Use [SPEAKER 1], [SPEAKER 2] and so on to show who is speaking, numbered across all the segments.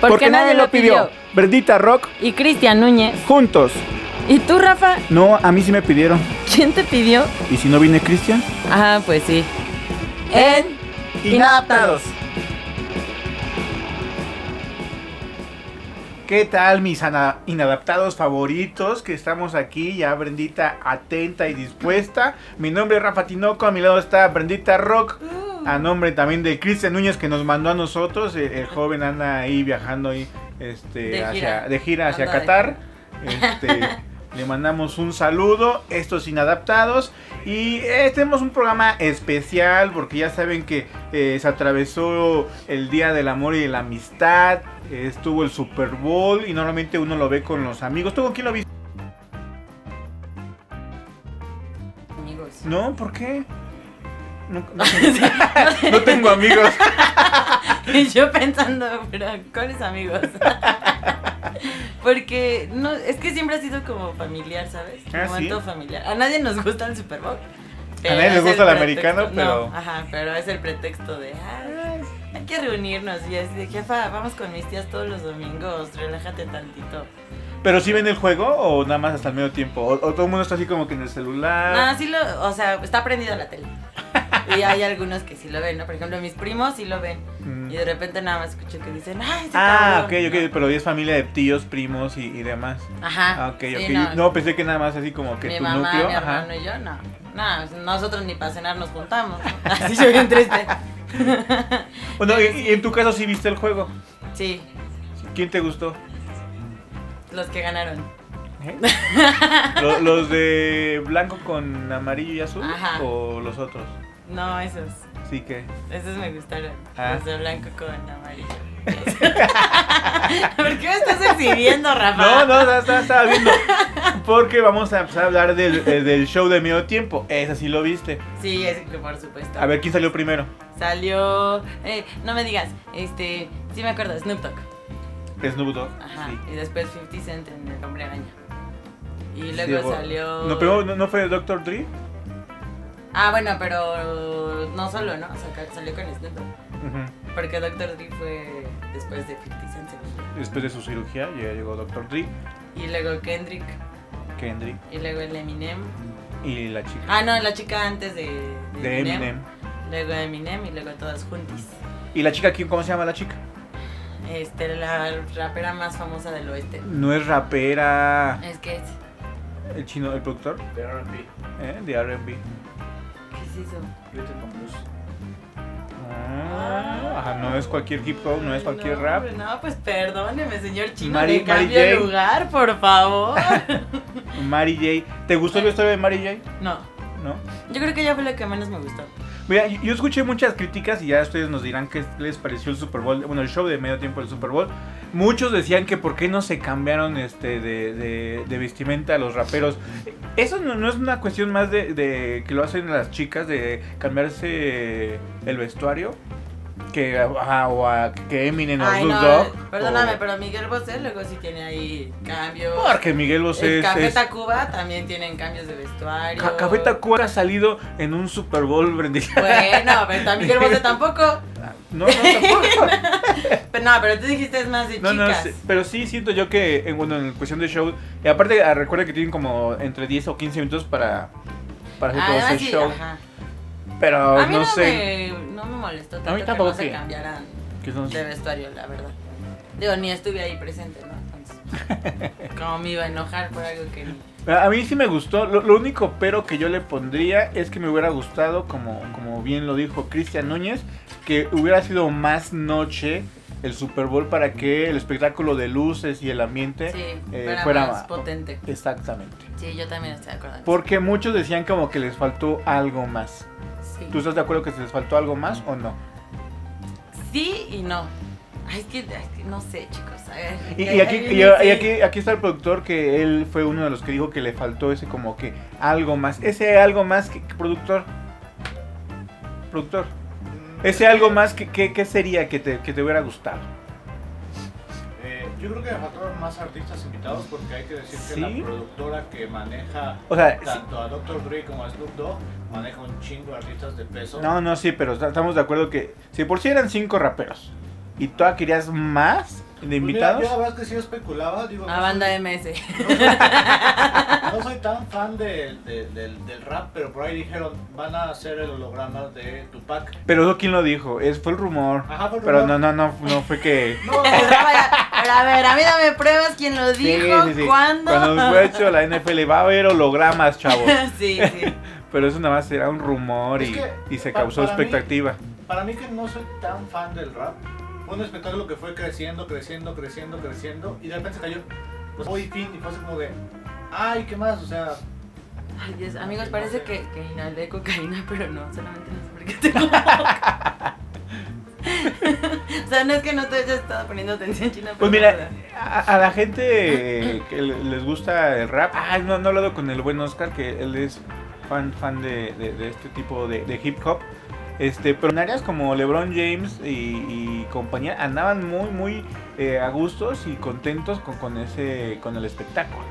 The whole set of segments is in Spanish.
[SPEAKER 1] Porque, nadie lo pidió.
[SPEAKER 2] Verdita Rock,
[SPEAKER 1] Y Cristian Núñez.
[SPEAKER 2] juntos.
[SPEAKER 1] ¿Y tú, Rafa?
[SPEAKER 2] No, a mí sí me pidieron.
[SPEAKER 1] ¿Quién te pidió?
[SPEAKER 2] ¿Y si no viene Cristian?
[SPEAKER 1] Ah, pues sí.
[SPEAKER 2] En
[SPEAKER 1] Inadaptados.
[SPEAKER 2] ¿Qué tal mis ana- inadaptados favoritos? Que estamos aquí ya Brendita atenta y dispuesta. Mi nombre es Rafa Tinoco, a mi lado está Brendita Rock.
[SPEAKER 1] Ah.
[SPEAKER 2] A nombre también de Cristian Núñez que nos mandó a nosotros. eh, El, el joven anda ahí viajando ahí, este,
[SPEAKER 1] De
[SPEAKER 2] hacia-
[SPEAKER 1] gira.
[SPEAKER 2] de gira hacia
[SPEAKER 1] Anda de
[SPEAKER 2] Qatar. Este, le mandamos un saludo. Estos inadaptados. Y eh, tenemos un programa especial porque ya saben que eh, se atravesó el Día del Amor y de la Amistad, eh, estuvo el Super Bowl y normalmente uno lo ve con los amigos. ¿Tú con quién lo viste?
[SPEAKER 1] Amigos.
[SPEAKER 2] No, ¿por qué? No, no- no tengo amigos.
[SPEAKER 1] Y yo pensando, pero ¿cuáles amigos? Porque no, es que siempre ha sido como familiar, ¿sabes?
[SPEAKER 2] Ah,
[SPEAKER 1] Momento
[SPEAKER 2] ¿sí?
[SPEAKER 1] familiar. A nadie nos gusta el Super Bowl. pero
[SPEAKER 2] nadie le
[SPEAKER 1] es
[SPEAKER 2] gusta el
[SPEAKER 1] pretexto-
[SPEAKER 2] americano,
[SPEAKER 1] no,
[SPEAKER 2] pero-
[SPEAKER 1] ajá, pero es el pretexto de, "Ay, hay que reunirnos. Y es de, jefa, vamos con mis tías todos los domingos, relájate tantito.
[SPEAKER 2] ¿Pero sí ven el juego o nada más hasta el medio tiempo? ¿O, o todo el mundo está así como que en el
[SPEAKER 1] No,
[SPEAKER 2] celular?
[SPEAKER 1] sí lo, o sea, está prendida la tele. Y hay algunos que sí lo ven, ¿no? Por ejemplo, mis primos sí lo ven.
[SPEAKER 2] Mm.
[SPEAKER 1] Y de repente nada más escucho que dicen, ay, ese
[SPEAKER 2] Ah, ok,
[SPEAKER 1] cabrón",
[SPEAKER 2] ok,
[SPEAKER 1] ¿no?
[SPEAKER 2] pero es familia de tíos, primos y, y demás.
[SPEAKER 1] Ajá.
[SPEAKER 2] Ah, ok,
[SPEAKER 1] sí,
[SPEAKER 2] ok.
[SPEAKER 1] no.
[SPEAKER 2] No. pensé que nada más así como que
[SPEAKER 1] mi
[SPEAKER 2] tu
[SPEAKER 1] mamá,
[SPEAKER 2] núcleo.
[SPEAKER 1] mi
[SPEAKER 2] ajá.
[SPEAKER 1] hermano y yo, no. No, nosotros ni para cenar nos juntamos. ¿no? Así yo bien triste.
[SPEAKER 2] Bueno, y, y en tu caso sí viste el juego.
[SPEAKER 1] Sí,
[SPEAKER 2] ¿Quién te gustó?
[SPEAKER 1] los que ganaron.
[SPEAKER 2] ¿Eh? ¿Lo- ¿Los de blanco con amarillo y azul?
[SPEAKER 1] Ajá.
[SPEAKER 2] ¿O los otros?
[SPEAKER 1] No, esos.
[SPEAKER 2] Sí que.
[SPEAKER 1] Esos me gustaron.
[SPEAKER 2] Ah.
[SPEAKER 1] Los de blanco con amarillo. ¿Por qué me estás exhibiendo, Rafa?
[SPEAKER 2] No, no, no, estaba, estaba viendo. Porque vamos a empezar a hablar del, eh, del show de medio tiempo. Esa sí lo viste.
[SPEAKER 1] Sí, es, por supuesto.
[SPEAKER 2] A ver quién salió primero.
[SPEAKER 1] Salió. eh, no me digas, este. Sí, me acuerdo, Snoop Dogg.
[SPEAKER 2] Snoop Dogg.
[SPEAKER 1] Ajá.
[SPEAKER 2] Sí.
[SPEAKER 1] Y después 50 Cent en El Hombre Araña. Y
[SPEAKER 2] Sí,
[SPEAKER 1] luego
[SPEAKER 2] bueno.
[SPEAKER 1] salió.
[SPEAKER 2] No, pero no, no fue Doctor Dre.
[SPEAKER 1] Ah, bueno, pero no solo, ¿no? O sea, que salió con Snoop Dogg.
[SPEAKER 2] Ujú.
[SPEAKER 1] Porque Dr. Dre fue después de 50 Cent. según
[SPEAKER 2] Después de su cirugía ya llegó Doctor Dre,
[SPEAKER 1] yo. Y luego Kendrick.
[SPEAKER 2] Kendrick
[SPEAKER 1] Y luego el Eminem.
[SPEAKER 2] y la chica.
[SPEAKER 1] Ah, no, la chica antes de, de
[SPEAKER 2] de
[SPEAKER 1] Eminem.
[SPEAKER 2] Eminem.
[SPEAKER 1] Luego Eminem y luego todas juntas.
[SPEAKER 2] ¿Y la chica quién? ¿Cómo se llama la chica?
[SPEAKER 1] Este, la rapera más famosa del oeste.
[SPEAKER 2] No es rapera.
[SPEAKER 1] Es que es.
[SPEAKER 2] El chino, el productor.
[SPEAKER 3] De R&B.
[SPEAKER 2] ¿eh? De RB.
[SPEAKER 1] ¿Qué es eso?
[SPEAKER 3] Rhythm and blues.
[SPEAKER 2] Ah, ajá, no es cualquier hip hop, no es cualquier
[SPEAKER 1] No,
[SPEAKER 2] rap.
[SPEAKER 1] hombre, No, pues perdóneme, señor chino.
[SPEAKER 2] Mari- Mari
[SPEAKER 1] le cambio de
[SPEAKER 2] Jane.
[SPEAKER 1] lugar, por favor. Ah.
[SPEAKER 2] Mary J. ¿Te gustó la historia de Mary J?
[SPEAKER 1] no,
[SPEAKER 2] ¿No?
[SPEAKER 1] yo creo que ella fue la que menos me gustó.
[SPEAKER 2] Mira, yo yo escuché muchas críticas y ya ustedes nos dirán qué les pareció el Super Bowl, bueno, el show de medio tiempo del Super Bowl. Muchos decían que por qué no se cambiaron este de, de- de vestimenta a los raperos. Eso no, no es una cuestión más de, de que lo hacen las chicas, de cambiarse el vestuario, que, ajá, o a que Eminem o
[SPEAKER 1] Ay,
[SPEAKER 2] Snoop
[SPEAKER 1] no,
[SPEAKER 2] Dogg,
[SPEAKER 1] perdóname,
[SPEAKER 2] o-
[SPEAKER 1] pero Miguel Bosé luego sí tiene ahí cambios.
[SPEAKER 2] Porque Miguel Bosé
[SPEAKER 1] El
[SPEAKER 2] es-
[SPEAKER 1] Café
[SPEAKER 2] es,
[SPEAKER 1] Tacuba también tienen cambios de vestuario.
[SPEAKER 2] Ca- Café Tacuba ha salido en un Super Bowl, Brendita.
[SPEAKER 1] Bueno, pero a Miguel Bosé tampoco.
[SPEAKER 2] No, no, tampoco.
[SPEAKER 1] Pero no, pero tú dijiste es más de
[SPEAKER 2] No, no,
[SPEAKER 1] chicas.
[SPEAKER 2] sí, pero sí siento yo que en, bueno, en cuestión de show. Y aparte, ah, recuerda que tienen como entre 10 o 15 minutos para, para hacer todo
[SPEAKER 1] Además,
[SPEAKER 2] ese
[SPEAKER 1] sí,
[SPEAKER 2] show.
[SPEAKER 1] Ah, ajá.
[SPEAKER 2] Pero
[SPEAKER 1] A
[SPEAKER 2] no,
[SPEAKER 1] mí no,
[SPEAKER 2] sé.
[SPEAKER 1] me, no me molestó tanto
[SPEAKER 2] A mí
[SPEAKER 1] que
[SPEAKER 2] tampoco
[SPEAKER 1] no se
[SPEAKER 2] sí.
[SPEAKER 1] cambiaran
[SPEAKER 2] que son-
[SPEAKER 1] de vestuario, la verdad. Digo, ni estuve ahí presente, ¿no? Entonces, como me iba a enojar por algo que ni-
[SPEAKER 2] A mí sí me gustó. Lo, lo único pero que yo le pondría es que me hubiera gustado, como, como bien lo dijo Cristian Núñez, que hubiera sido más noche el Super Bowl para que el espectáculo de luces y el ambiente
[SPEAKER 1] sí,
[SPEAKER 2] eh,
[SPEAKER 1] fuera,
[SPEAKER 2] fuera
[SPEAKER 1] más
[SPEAKER 2] ma-
[SPEAKER 1] potente.
[SPEAKER 2] Exactamente.
[SPEAKER 1] Sí, yo también estoy de acuerdo.
[SPEAKER 2] Porque muchos decían como que les faltó algo más.
[SPEAKER 1] Sí.
[SPEAKER 2] ¿Tú estás de acuerdo que se les faltó algo más o no?
[SPEAKER 1] Sí y no. Ay, es que, ay, es que no sé, chicos. a ver,
[SPEAKER 2] Y,
[SPEAKER 1] ahí
[SPEAKER 2] y aquí,
[SPEAKER 1] viene
[SPEAKER 2] y- y
[SPEAKER 1] ese-
[SPEAKER 2] aquí, aquí está el productor que él fue uno de los que dijo que le faltó ese como que algo más. Ese algo más que que productor. Productor. Ese algo más que, que, que sería que te, que te hubiera gustado.
[SPEAKER 3] Eh, yo creo que me faltaron más artistas invitados porque hay que decir que
[SPEAKER 2] ¿Sí?
[SPEAKER 3] la productora que maneja
[SPEAKER 2] O sea, sí-
[SPEAKER 3] tanto a Dr. Dre como a Snoop Dogg maneja un chingo de artistas de peso.
[SPEAKER 2] no, no, sí, pero está- estamos de acuerdo que si por si eran cinco raperos y tú querías más, ¿De
[SPEAKER 3] Pues mira,
[SPEAKER 2] invitados?
[SPEAKER 3] yo la verdad es que sí especulaba, digo.
[SPEAKER 1] A
[SPEAKER 3] no
[SPEAKER 1] banda
[SPEAKER 3] soy-
[SPEAKER 1] MS.
[SPEAKER 3] No soy tan fan del- del- del, del rap, pero por ahí dijeron, van a hacer el holograma de Tupac.
[SPEAKER 2] Pero eso quién lo dijo, es, fue el rumor.
[SPEAKER 3] Ajá, fue el
[SPEAKER 2] Pero no,
[SPEAKER 3] rumor.
[SPEAKER 2] no, no, no fue que.
[SPEAKER 3] No,
[SPEAKER 1] Pero a ver, a mí dame pruebas quién lo dijo, cuándo.
[SPEAKER 2] Cuando fue hecho la NFL va a haber hologramas, chavos.
[SPEAKER 1] sí, sí.
[SPEAKER 2] Pero eso nada más era un rumor
[SPEAKER 3] Es
[SPEAKER 2] y,
[SPEAKER 3] que
[SPEAKER 2] y se
[SPEAKER 3] pa-
[SPEAKER 2] causó
[SPEAKER 3] para mí-
[SPEAKER 2] expectativa.
[SPEAKER 3] para mí que no soy tan fan del rap, fue un espectáculo que fue creciendo, creciendo, creciendo, creciendo, y de repente se cayó. Pues hoy fin, y fue así como de, ay, ¿qué más? O sea,
[SPEAKER 1] Ay, Dios, amigos, parece que, que inhalé cocaína, pero no, solamente no sé por qué tengo O sea, no es que no te hayas estado poniendo atención, China.
[SPEAKER 2] Pues
[SPEAKER 1] pero
[SPEAKER 2] mira, a, a la gente eh, que le- les gusta el rap, ah, no, no he hablado con el buen Oscar, que él es fan, fan de, de- de este tipo de, de hip hop. Este, pero en áreas como LeBron James y, y compañía andaban muy, muy eh, a gustos y contentos con, con ese, con el espectáculo.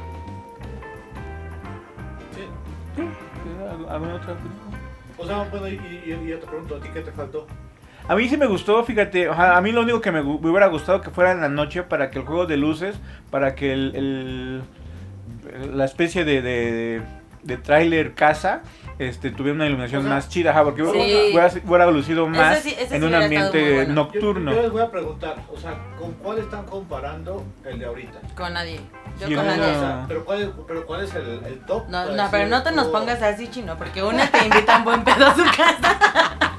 [SPEAKER 3] sí.
[SPEAKER 2] ¿Alguna otra película?
[SPEAKER 3] O sea, bueno, y, y- y yo te pregunto, ¿a ti qué te faltó?
[SPEAKER 2] A mí sí me gustó, fíjate, o sea, a mí lo único que me, gu- me hubiera gustado que fuera en la noche para que el juego de luces, para que el, el- la especie de, de, de tráiler casa este, tuviera una iluminación
[SPEAKER 3] O sea,
[SPEAKER 2] más chida, ajá, porque
[SPEAKER 1] Sí.
[SPEAKER 2] hubiera, hubiera lucido más
[SPEAKER 1] sí- ese sí
[SPEAKER 2] en un
[SPEAKER 1] hubiera estado muy
[SPEAKER 2] ambiente
[SPEAKER 1] bueno.
[SPEAKER 3] Yo,
[SPEAKER 2] nocturno.
[SPEAKER 3] yo les voy a preguntar, o sea, ¿con cuál están comparando el de ahorita?
[SPEAKER 1] Con nadie. Yo
[SPEAKER 2] Sí,
[SPEAKER 1] con
[SPEAKER 2] no,
[SPEAKER 1] nadie.
[SPEAKER 3] O sea, ¿pero, cuál es, pero cuál es el, el top?
[SPEAKER 1] No,
[SPEAKER 3] para
[SPEAKER 1] no, pero
[SPEAKER 3] decir,
[SPEAKER 1] no te nos
[SPEAKER 3] oh,
[SPEAKER 1] pongas así, chino, porque una te invita un buen pedo a su casa.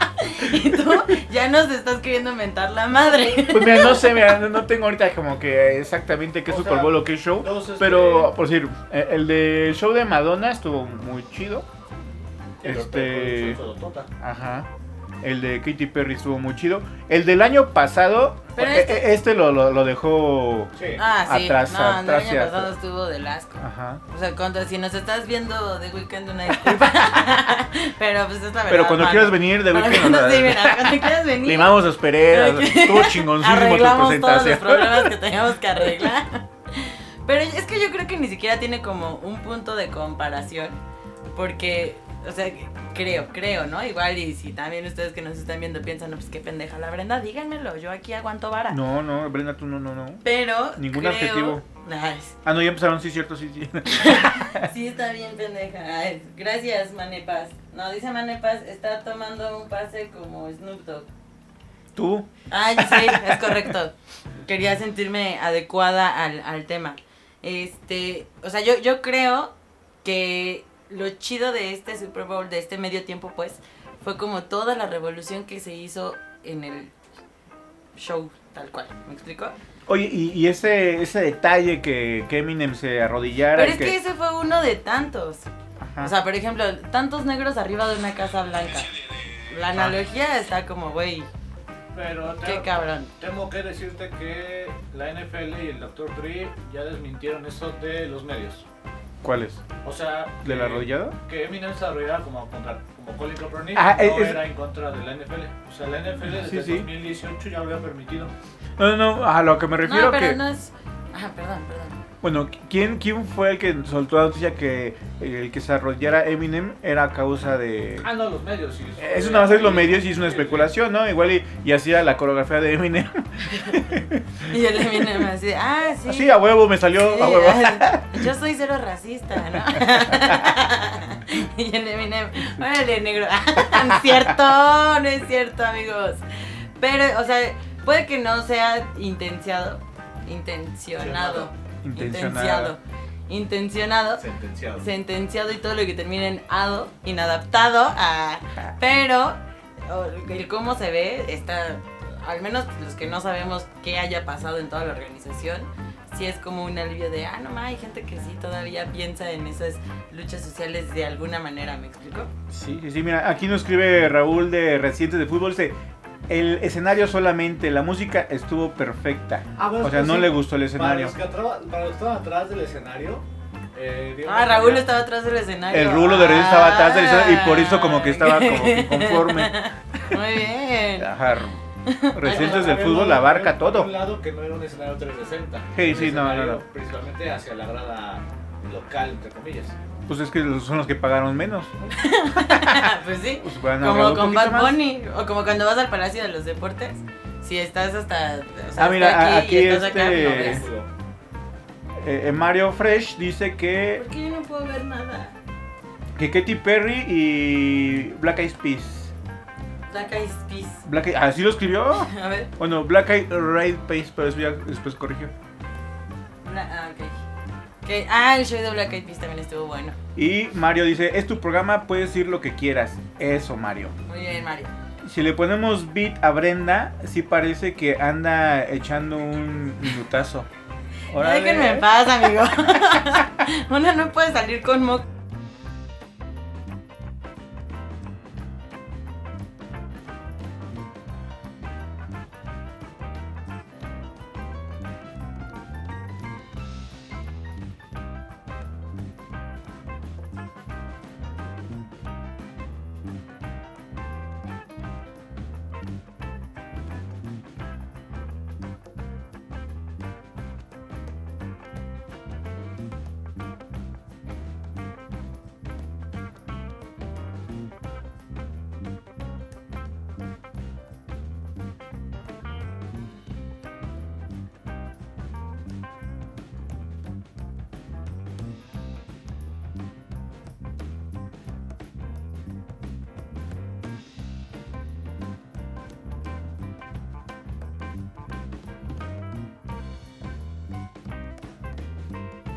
[SPEAKER 1] Y tú ya nos estás queriendo mentar la madre.
[SPEAKER 2] Pues mira, no sé, mira, no- no tengo ahorita como que exactamente qué
[SPEAKER 3] O
[SPEAKER 2] Super
[SPEAKER 3] sea,
[SPEAKER 2] Bowl o qué show,
[SPEAKER 3] dos, este,
[SPEAKER 2] pero por decir, eh, el de show de Madonna estuvo muy chido.
[SPEAKER 3] el
[SPEAKER 2] este-
[SPEAKER 3] Pepe con su sotota.
[SPEAKER 2] Ajá. El de Katy Perry estuvo muy chido. El del año pasado,
[SPEAKER 1] Pero
[SPEAKER 2] e- e-
[SPEAKER 1] este-
[SPEAKER 2] este, lo, lo- lo dejó.
[SPEAKER 3] Sí.
[SPEAKER 1] Ah, sí.
[SPEAKER 2] Atrás,
[SPEAKER 1] no, no,
[SPEAKER 2] atrás
[SPEAKER 1] el
[SPEAKER 2] y
[SPEAKER 1] año
[SPEAKER 2] atrás.
[SPEAKER 1] pasado estuvo del asco.
[SPEAKER 2] Ajá.
[SPEAKER 1] O sea, contra, si nos estás viendo de Weekend, una disculpa. pero pues es la verdad.
[SPEAKER 2] Pero cuando
[SPEAKER 1] mano.
[SPEAKER 2] quieras venir de
[SPEAKER 1] Para
[SPEAKER 2] weekend,
[SPEAKER 1] cuando-
[SPEAKER 2] nos-
[SPEAKER 1] sí, mira, cuando quieras venir.
[SPEAKER 2] limamos las pereras.
[SPEAKER 1] Ok.
[SPEAKER 2] Estuvo chingoncísimo tu
[SPEAKER 1] arreglamos todos los
[SPEAKER 2] presentación.
[SPEAKER 1] problemas que teníamos que arreglar. Pero es que yo creo que ni siquiera tiene como un punto de comparación. Porque, o sea, creo, creo, ¿no? Igual y si también ustedes que nos están viendo piensan, no, pues qué pendeja la Brenda, díganmelo, yo aquí aguanto vara.
[SPEAKER 2] No, no, Brenda, tú no, no, no.
[SPEAKER 1] Pero.
[SPEAKER 2] Ningún
[SPEAKER 1] creo-
[SPEAKER 2] adjetivo.
[SPEAKER 1] Ay,
[SPEAKER 2] Ah, no, ya empezaron, sí, cierto, sí, sí.
[SPEAKER 1] Sí, está bien pendeja. Ay, gracias, Manepas. No, dice Manepas, está tomando un pase como Snoop Dogg.
[SPEAKER 2] Tú.
[SPEAKER 1] Ay, sí, Ah, es correcto. Quería sentirme adecuada al, al tema. Este, o sea, yo, yo creo que lo chido de este Super Bowl, de este medio tiempo, pues, fue como toda la revolución que se hizo en el show, tal cual. ¿Me explico?
[SPEAKER 2] Oye, y, y ese, ese detalle que, que Eminem se arrodillara.
[SPEAKER 1] Pero
[SPEAKER 2] y
[SPEAKER 1] es que ese fue uno de tantos.
[SPEAKER 2] Ajá.
[SPEAKER 1] O sea, por ejemplo, tantos negros arriba de una casa blanca. La analogía está como, güey,
[SPEAKER 3] Pero te-
[SPEAKER 1] qué cabrón.
[SPEAKER 3] Tengo que decirte que la NFL y el Dr. Dre ya desmintieron eso de los medios.
[SPEAKER 2] ¿Cuál es?
[SPEAKER 3] O sea,
[SPEAKER 2] ¿De la
[SPEAKER 1] Eh.
[SPEAKER 3] que-
[SPEAKER 2] arrodillada?
[SPEAKER 3] Que Eminem se arrodillaba como contra como Colin Kaepernick,
[SPEAKER 2] Ah,
[SPEAKER 3] no
[SPEAKER 2] es-
[SPEAKER 3] era en contra de la NFL. O sea, la NFL desde
[SPEAKER 2] Sí, sí.
[SPEAKER 3] 2018 ya lo había permitido.
[SPEAKER 2] No, no, no, a lo que me refiero
[SPEAKER 1] No, pero
[SPEAKER 2] que.
[SPEAKER 1] no es. Ah, perdón, perdón.
[SPEAKER 2] Bueno, ¿quién, ¿quién fue el que soltó la noticia que el que se arrodillara Eminem era a causa de...
[SPEAKER 3] Ah, no, los medios. Sí,
[SPEAKER 2] Eso nada más es lo medios y es una
[SPEAKER 3] Sí, sí.
[SPEAKER 2] especulación, ¿no? Igual y, y hacía la coreografía de Eminem.
[SPEAKER 1] Y yo le vine así, de, ah, sí.
[SPEAKER 2] Así, a huevo, me salió
[SPEAKER 1] Sí, eh,
[SPEAKER 2] a huevo.
[SPEAKER 1] ay, Yo soy cero racista, ¿no? y el Eminem, órale, negro. No es cierto, no es cierto, amigos. Pero, o sea, puede que no sea intenciado, intencionado,
[SPEAKER 2] Intencionada.
[SPEAKER 1] intencionado,
[SPEAKER 3] Sentenciado.
[SPEAKER 1] sentenciado y todo lo que termine en ado, inadaptado a... Pero o- el cómo se ve está, al menos los que no sabemos qué haya pasado en toda la organización, sí es como un alivio de, ah, no, ma, hay gente que sí todavía piensa en esas luchas sociales de alguna manera, ¿me explico?
[SPEAKER 2] Sí, sí, sí, mira, aquí nos escribe Raúl de Recientes de Fútbol, dice, el escenario solamente, la música estuvo perfecta.
[SPEAKER 3] Ah, bueno,
[SPEAKER 2] O sea,
[SPEAKER 3] es que
[SPEAKER 2] no
[SPEAKER 3] sí,
[SPEAKER 2] le gustó el
[SPEAKER 3] Para
[SPEAKER 2] escenario.
[SPEAKER 3] los, que atra- para los que estaban atrás del escenario. eh, digamos
[SPEAKER 1] Ah,
[SPEAKER 3] que
[SPEAKER 1] Raúl
[SPEAKER 3] ya-
[SPEAKER 1] estaba atrás del escenario.
[SPEAKER 2] El rulo de Reyes estaba atrás del escenario y por
[SPEAKER 1] Ah.
[SPEAKER 2] eso como que estaba como que conforme.
[SPEAKER 1] Muy bien.
[SPEAKER 2] Ajá. Recientes del
[SPEAKER 3] Había un
[SPEAKER 2] fútbol
[SPEAKER 3] lado-
[SPEAKER 2] abarca
[SPEAKER 3] había
[SPEAKER 2] todo.
[SPEAKER 3] Un lado que no era un escenario 360.
[SPEAKER 2] Sí,
[SPEAKER 3] un
[SPEAKER 2] sí, no, no,
[SPEAKER 3] escenario
[SPEAKER 2] no.
[SPEAKER 3] Principalmente hacia la grada local, entre comillas.
[SPEAKER 2] Pues es que son los que pagaron menos.
[SPEAKER 1] pues sí.
[SPEAKER 2] Pues van a ahorrar
[SPEAKER 1] Como
[SPEAKER 2] un
[SPEAKER 1] con
[SPEAKER 2] poquito
[SPEAKER 1] Bad
[SPEAKER 2] más.
[SPEAKER 1] Bunny o como cuando vas al Palacio de los Deportes. Si estás hasta. o sea,
[SPEAKER 2] Ah, mira,
[SPEAKER 1] hasta
[SPEAKER 2] a-
[SPEAKER 1] aquí, y
[SPEAKER 2] aquí
[SPEAKER 1] estás acá,
[SPEAKER 2] este-
[SPEAKER 1] no ves.
[SPEAKER 2] Eh, eh, Mario Fresh dice que,
[SPEAKER 1] ¿Por qué yo no puedo ver nada?
[SPEAKER 2] que Katy Perry y Black Eyed Peas.
[SPEAKER 1] Black Eyed Peas.
[SPEAKER 2] Black Eyed- ¿Así lo escribió?
[SPEAKER 1] A ver.
[SPEAKER 2] Bueno, Black Eyed Red Peas, pero eso ya después corrigió.
[SPEAKER 1] Bla- ah, ok. Ok, Ah, el show de Black Eyed Peas también estuvo bueno.
[SPEAKER 2] Y Mario dice, es tu programa, puedes decir lo que quieras. Eso, Mario.
[SPEAKER 1] Muy bien, Mario.
[SPEAKER 2] Si le ponemos beat a Brenda, sí parece que anda echando un minutazo.
[SPEAKER 1] Ya
[SPEAKER 2] Órale.
[SPEAKER 1] Déjenme en paz, amigo. Uno no puede salir con moco.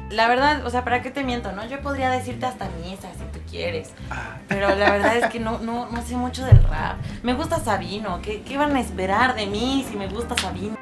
[SPEAKER 1] La verdad, o sea, ¿para qué te miento, no? Yo podría decirte hasta misa si tú quieres.
[SPEAKER 2] Ah.
[SPEAKER 1] Pero la verdad es que no, no, no sé mucho del rap. Me gusta Sabino. ¿Qué, ¿Qué van a esperar de mí si me gusta Sabino?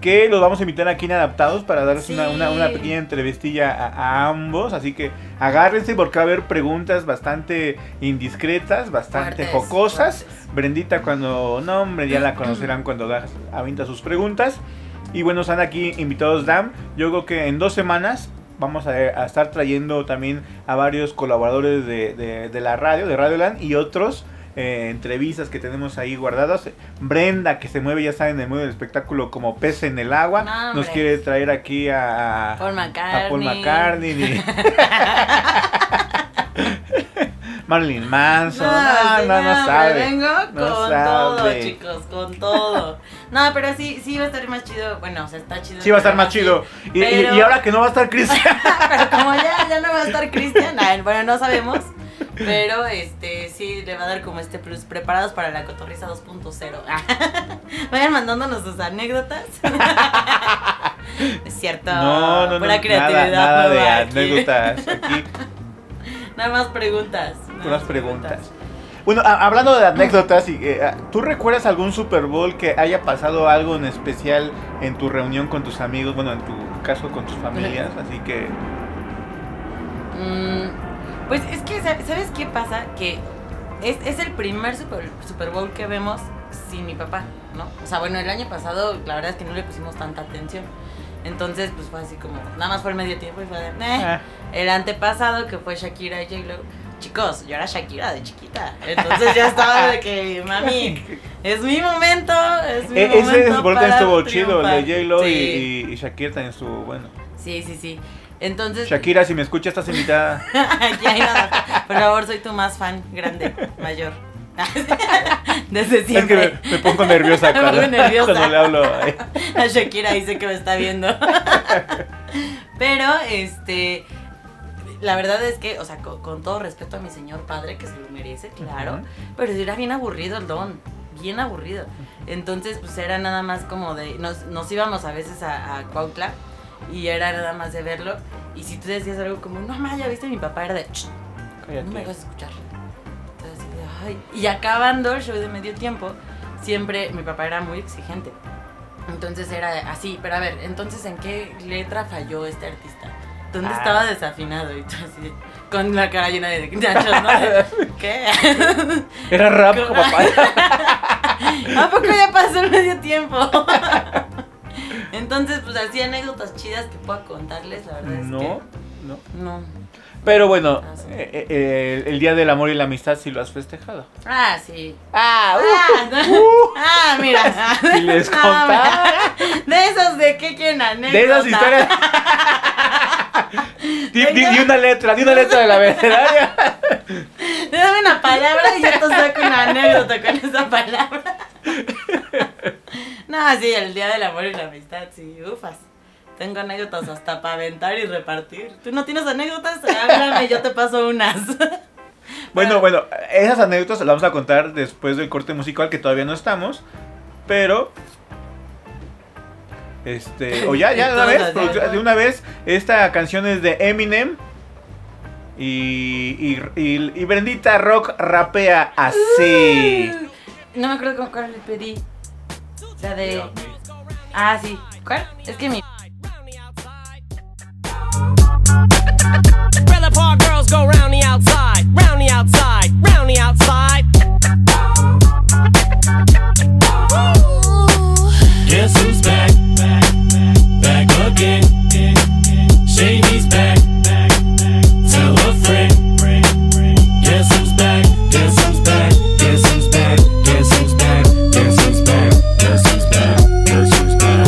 [SPEAKER 2] Que los vamos a invitar aquí en Adaptados para darles
[SPEAKER 1] Sí.
[SPEAKER 2] una, una- una pequeña entrevistilla a, a ambos. Así que agárrense porque va a haber preguntas bastante indiscretas, bastante
[SPEAKER 1] Fuertes,
[SPEAKER 2] jocosas.
[SPEAKER 1] fuertes.
[SPEAKER 2] Brendita cuando no, hombre, ya la conocerán cuando da, avienta sus preguntas. Y bueno, están aquí invitados Dam. Yo creo que en dos semanas vamos a, a estar trayendo también a varios colaboradores de, de- de la radio, de Radioland y otros. eh, entrevistas que tenemos ahí guardadas. Brenda, que se mueve, ya saben, en el mundo del espectáculo como pez en el agua,
[SPEAKER 1] No, hombre.
[SPEAKER 2] nos quiere traer aquí a,
[SPEAKER 1] Paul McCartney.
[SPEAKER 2] a Paul McCartney. ni- Marilyn Manson.
[SPEAKER 1] No,
[SPEAKER 2] No,
[SPEAKER 1] sí,
[SPEAKER 2] no, no,
[SPEAKER 1] hombre,
[SPEAKER 2] sabe.
[SPEAKER 1] Vengo
[SPEAKER 2] No
[SPEAKER 1] con todo,
[SPEAKER 2] sabe.
[SPEAKER 1] chicos, con todo. No, pero sí, sí va a estar más chido. Bueno, o sea, está chido.
[SPEAKER 2] Sí va a estar más
[SPEAKER 1] Sí,
[SPEAKER 2] chido. Y, y-
[SPEAKER 1] Pero-
[SPEAKER 2] y ahora que no va a estar Cristian.
[SPEAKER 1] pero como ya, ya no va a estar Cristian, ah, bueno, no sabemos. Pero este sí le va a dar como este plus preparados para la cotorriza 2.0. Ah, Vayan mandándonos sus anécdotas. es cierto.
[SPEAKER 2] No, no, no.
[SPEAKER 1] Pura
[SPEAKER 2] nada,
[SPEAKER 1] creatividad.
[SPEAKER 2] nada de
[SPEAKER 1] nueva aquí.
[SPEAKER 2] anécdotas. Aquí,
[SPEAKER 1] Nada más preguntas. nada
[SPEAKER 2] unas preguntas. Bueno, a- hablando de anécdotas, y, eh, ah, ¿tú recuerdas algún Super Bowl que haya pasado algo en especial en tu reunión con tus amigos? Bueno, en tu caso con tus familias. Así que.
[SPEAKER 1] Mm, pues es que, ¿sab- ¿sabes qué pasa? Que es, es el primer Super, Super Bowl que vemos sin mi papá, ¿no? O sea, bueno, el año pasado la verdad es que no le pusimos tanta atención. Entonces, pues fue así como, nada más fue el medio tiempo y fue de, "Eh".
[SPEAKER 2] ah,
[SPEAKER 1] El antepasado que fue Shakira y J-Lo. Chicos, yo era Shakira de chiquita. Entonces ya estaba de que, mami, es mi momento, es mi
[SPEAKER 2] e-
[SPEAKER 1] momento.
[SPEAKER 2] ese Super Bowl también
[SPEAKER 1] para
[SPEAKER 2] estuvo chido.
[SPEAKER 1] triunfar".
[SPEAKER 2] El de J-Lo y-
[SPEAKER 1] Sí,
[SPEAKER 2] y, y Shakira también estuvo bueno.
[SPEAKER 1] sí, sí, sí. Entonces,
[SPEAKER 2] Shakira, si me escuchas, estás invitada.
[SPEAKER 1] Ya, nada. Por favor, soy tu más fan grande, mayor. Desde
[SPEAKER 2] Es que
[SPEAKER 1] siempre.
[SPEAKER 2] me, me pongo nerviosa
[SPEAKER 1] Me pongo
[SPEAKER 2] cuando,
[SPEAKER 1] nerviosa.
[SPEAKER 2] cuando le hablo. eh.
[SPEAKER 1] A Shakira dice que me está viendo. Pero, este. La verdad es que, o sea, co- con, todo respeto a mi señor padre, que se lo merece, claro.
[SPEAKER 2] Ujú.
[SPEAKER 1] Pero sí era bien aburrido el don. Bien aburrido. Entonces, pues era nada más como de. Nos, nos íbamos a veces a, a Cuautla y era nada más de verlo. Y si tú decías algo como, no, mamá, ya viste, mi papá era de. "Shh, no me vas a escuchar. Entonces, así de, "Ay". Y acabando el show de medio tiempo, siempre mi papá era muy exigente. Entonces era así, pero a ver, entonces en qué letra falló este artista? ¿Dónde
[SPEAKER 2] Ah.
[SPEAKER 1] estaba desafinado? Y tú así, de- con la cara llena de ganchos, ¿no? ¿Qué?
[SPEAKER 2] Era rap, papá.
[SPEAKER 1] Ah, ¿A poco ya pasó el medio tiempo? Entonces, pues así anécdotas chidas que pueda contarles, la verdad es
[SPEAKER 2] No, no.
[SPEAKER 1] que no.
[SPEAKER 2] Pero bueno,
[SPEAKER 1] Ah, sí.
[SPEAKER 2] eh, eh, el Día del Amor y la Amistad sí lo has festejado.
[SPEAKER 1] Ah, sí.
[SPEAKER 2] Ah,
[SPEAKER 1] Ah, ah, mira.
[SPEAKER 2] Si les
[SPEAKER 1] Ah, mira. De esos de qué quieren anécdotas.
[SPEAKER 2] de esas historias. di, di- di una letra, di una letra de la abecedario.
[SPEAKER 1] Dame una palabra y yo te saco una anécdota con esa palabra. No, sí, el día del amor y la amistad, sí, ufas. Tengo anécdotas hasta para aventar y repartir. ¿Tú no tienes anécdotas? Háblame, yo te paso unas.
[SPEAKER 2] Bueno, bueno, esas anécdotas las vamos a contar después del corte musical que todavía no estamos, pero este, o ya, ya de una
[SPEAKER 1] Todas,
[SPEAKER 2] vez,
[SPEAKER 1] ya,
[SPEAKER 2] producción-
[SPEAKER 1] todas.
[SPEAKER 2] de una vez, esta canción es de Eminem y y, y, y Brendita Rock rapea así.
[SPEAKER 1] mm, No me acuerdo con cuál le pedí. La de. Ah, sí. ¿Cuál? Es que mi.
[SPEAKER 4] Trailer park girls go round the outside, round the outside, round the outside.
[SPEAKER 5] Guess who's back? Back again. Shady's back. Tell a friend. Guess who's back? Guess who's back? Guess who's back? Guess who's back? Guess who's back? Guess who's back? Guess who's back?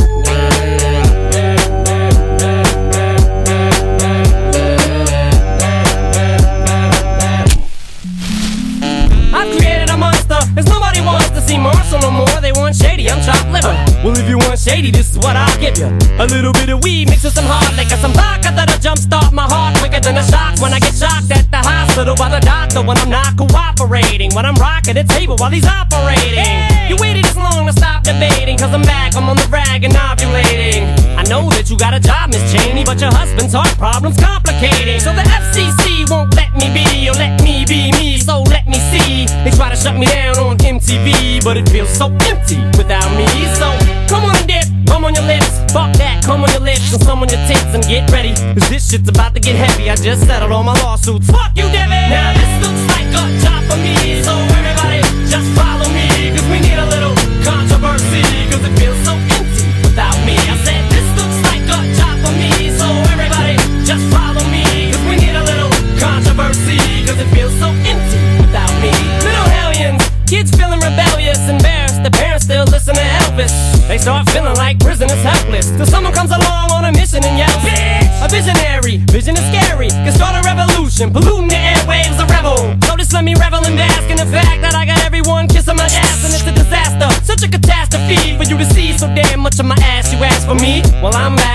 [SPEAKER 4] I created a monster, cause nobody wants to see Marshall no more. They want shady, I'm chopped liver. Well, if you want shady, this is what I'll give you. A little bit of weed mixed with some hard liquor, some vodka that'll jumpstart my heart quicker than a shock when I get shocked at the hospital by the doctor when I'm not cooperating. When I'm rocking the table while he's operating. You waited this long to stop debating, cause I'm back, I'm on the rag and ovulating. I know that you got a job, Miss Cheney, but your husband's heart problem's complicating. So the FCC won't let me be, or let me be me, so let me see. They try to shut me down on MTV, but it feels so empty without me. So come on and dip, come on your lips, fuck that, come on your lips, and some on your tits, and get ready. Cause this shit's about to get heavy, I just settled all my lawsuits. Fuck you, Devin! Now this looks like a job for me, so everybody just follow me, cause we need a little controversy, cause it feels so empty without me. I said this looks like a job for me, so everybody just follow me, cause we need a little controversy, cause it feels so empty without me. Little hellions, kids feeling rebellious, embarrassed, the parents still listen to Elvis. They start feeling like prisoners helpless, till someone comes along on a mission and yells, Bitch! A visionary, vision is scary, can start a revolution, polluting the airwaves, a rebel. So just let me revel and bask in the fact that I got everyone kissing my ass, and it's a disaster, such a catastrophe for you to see so damn much of my ass. You ask for me, well I'm back.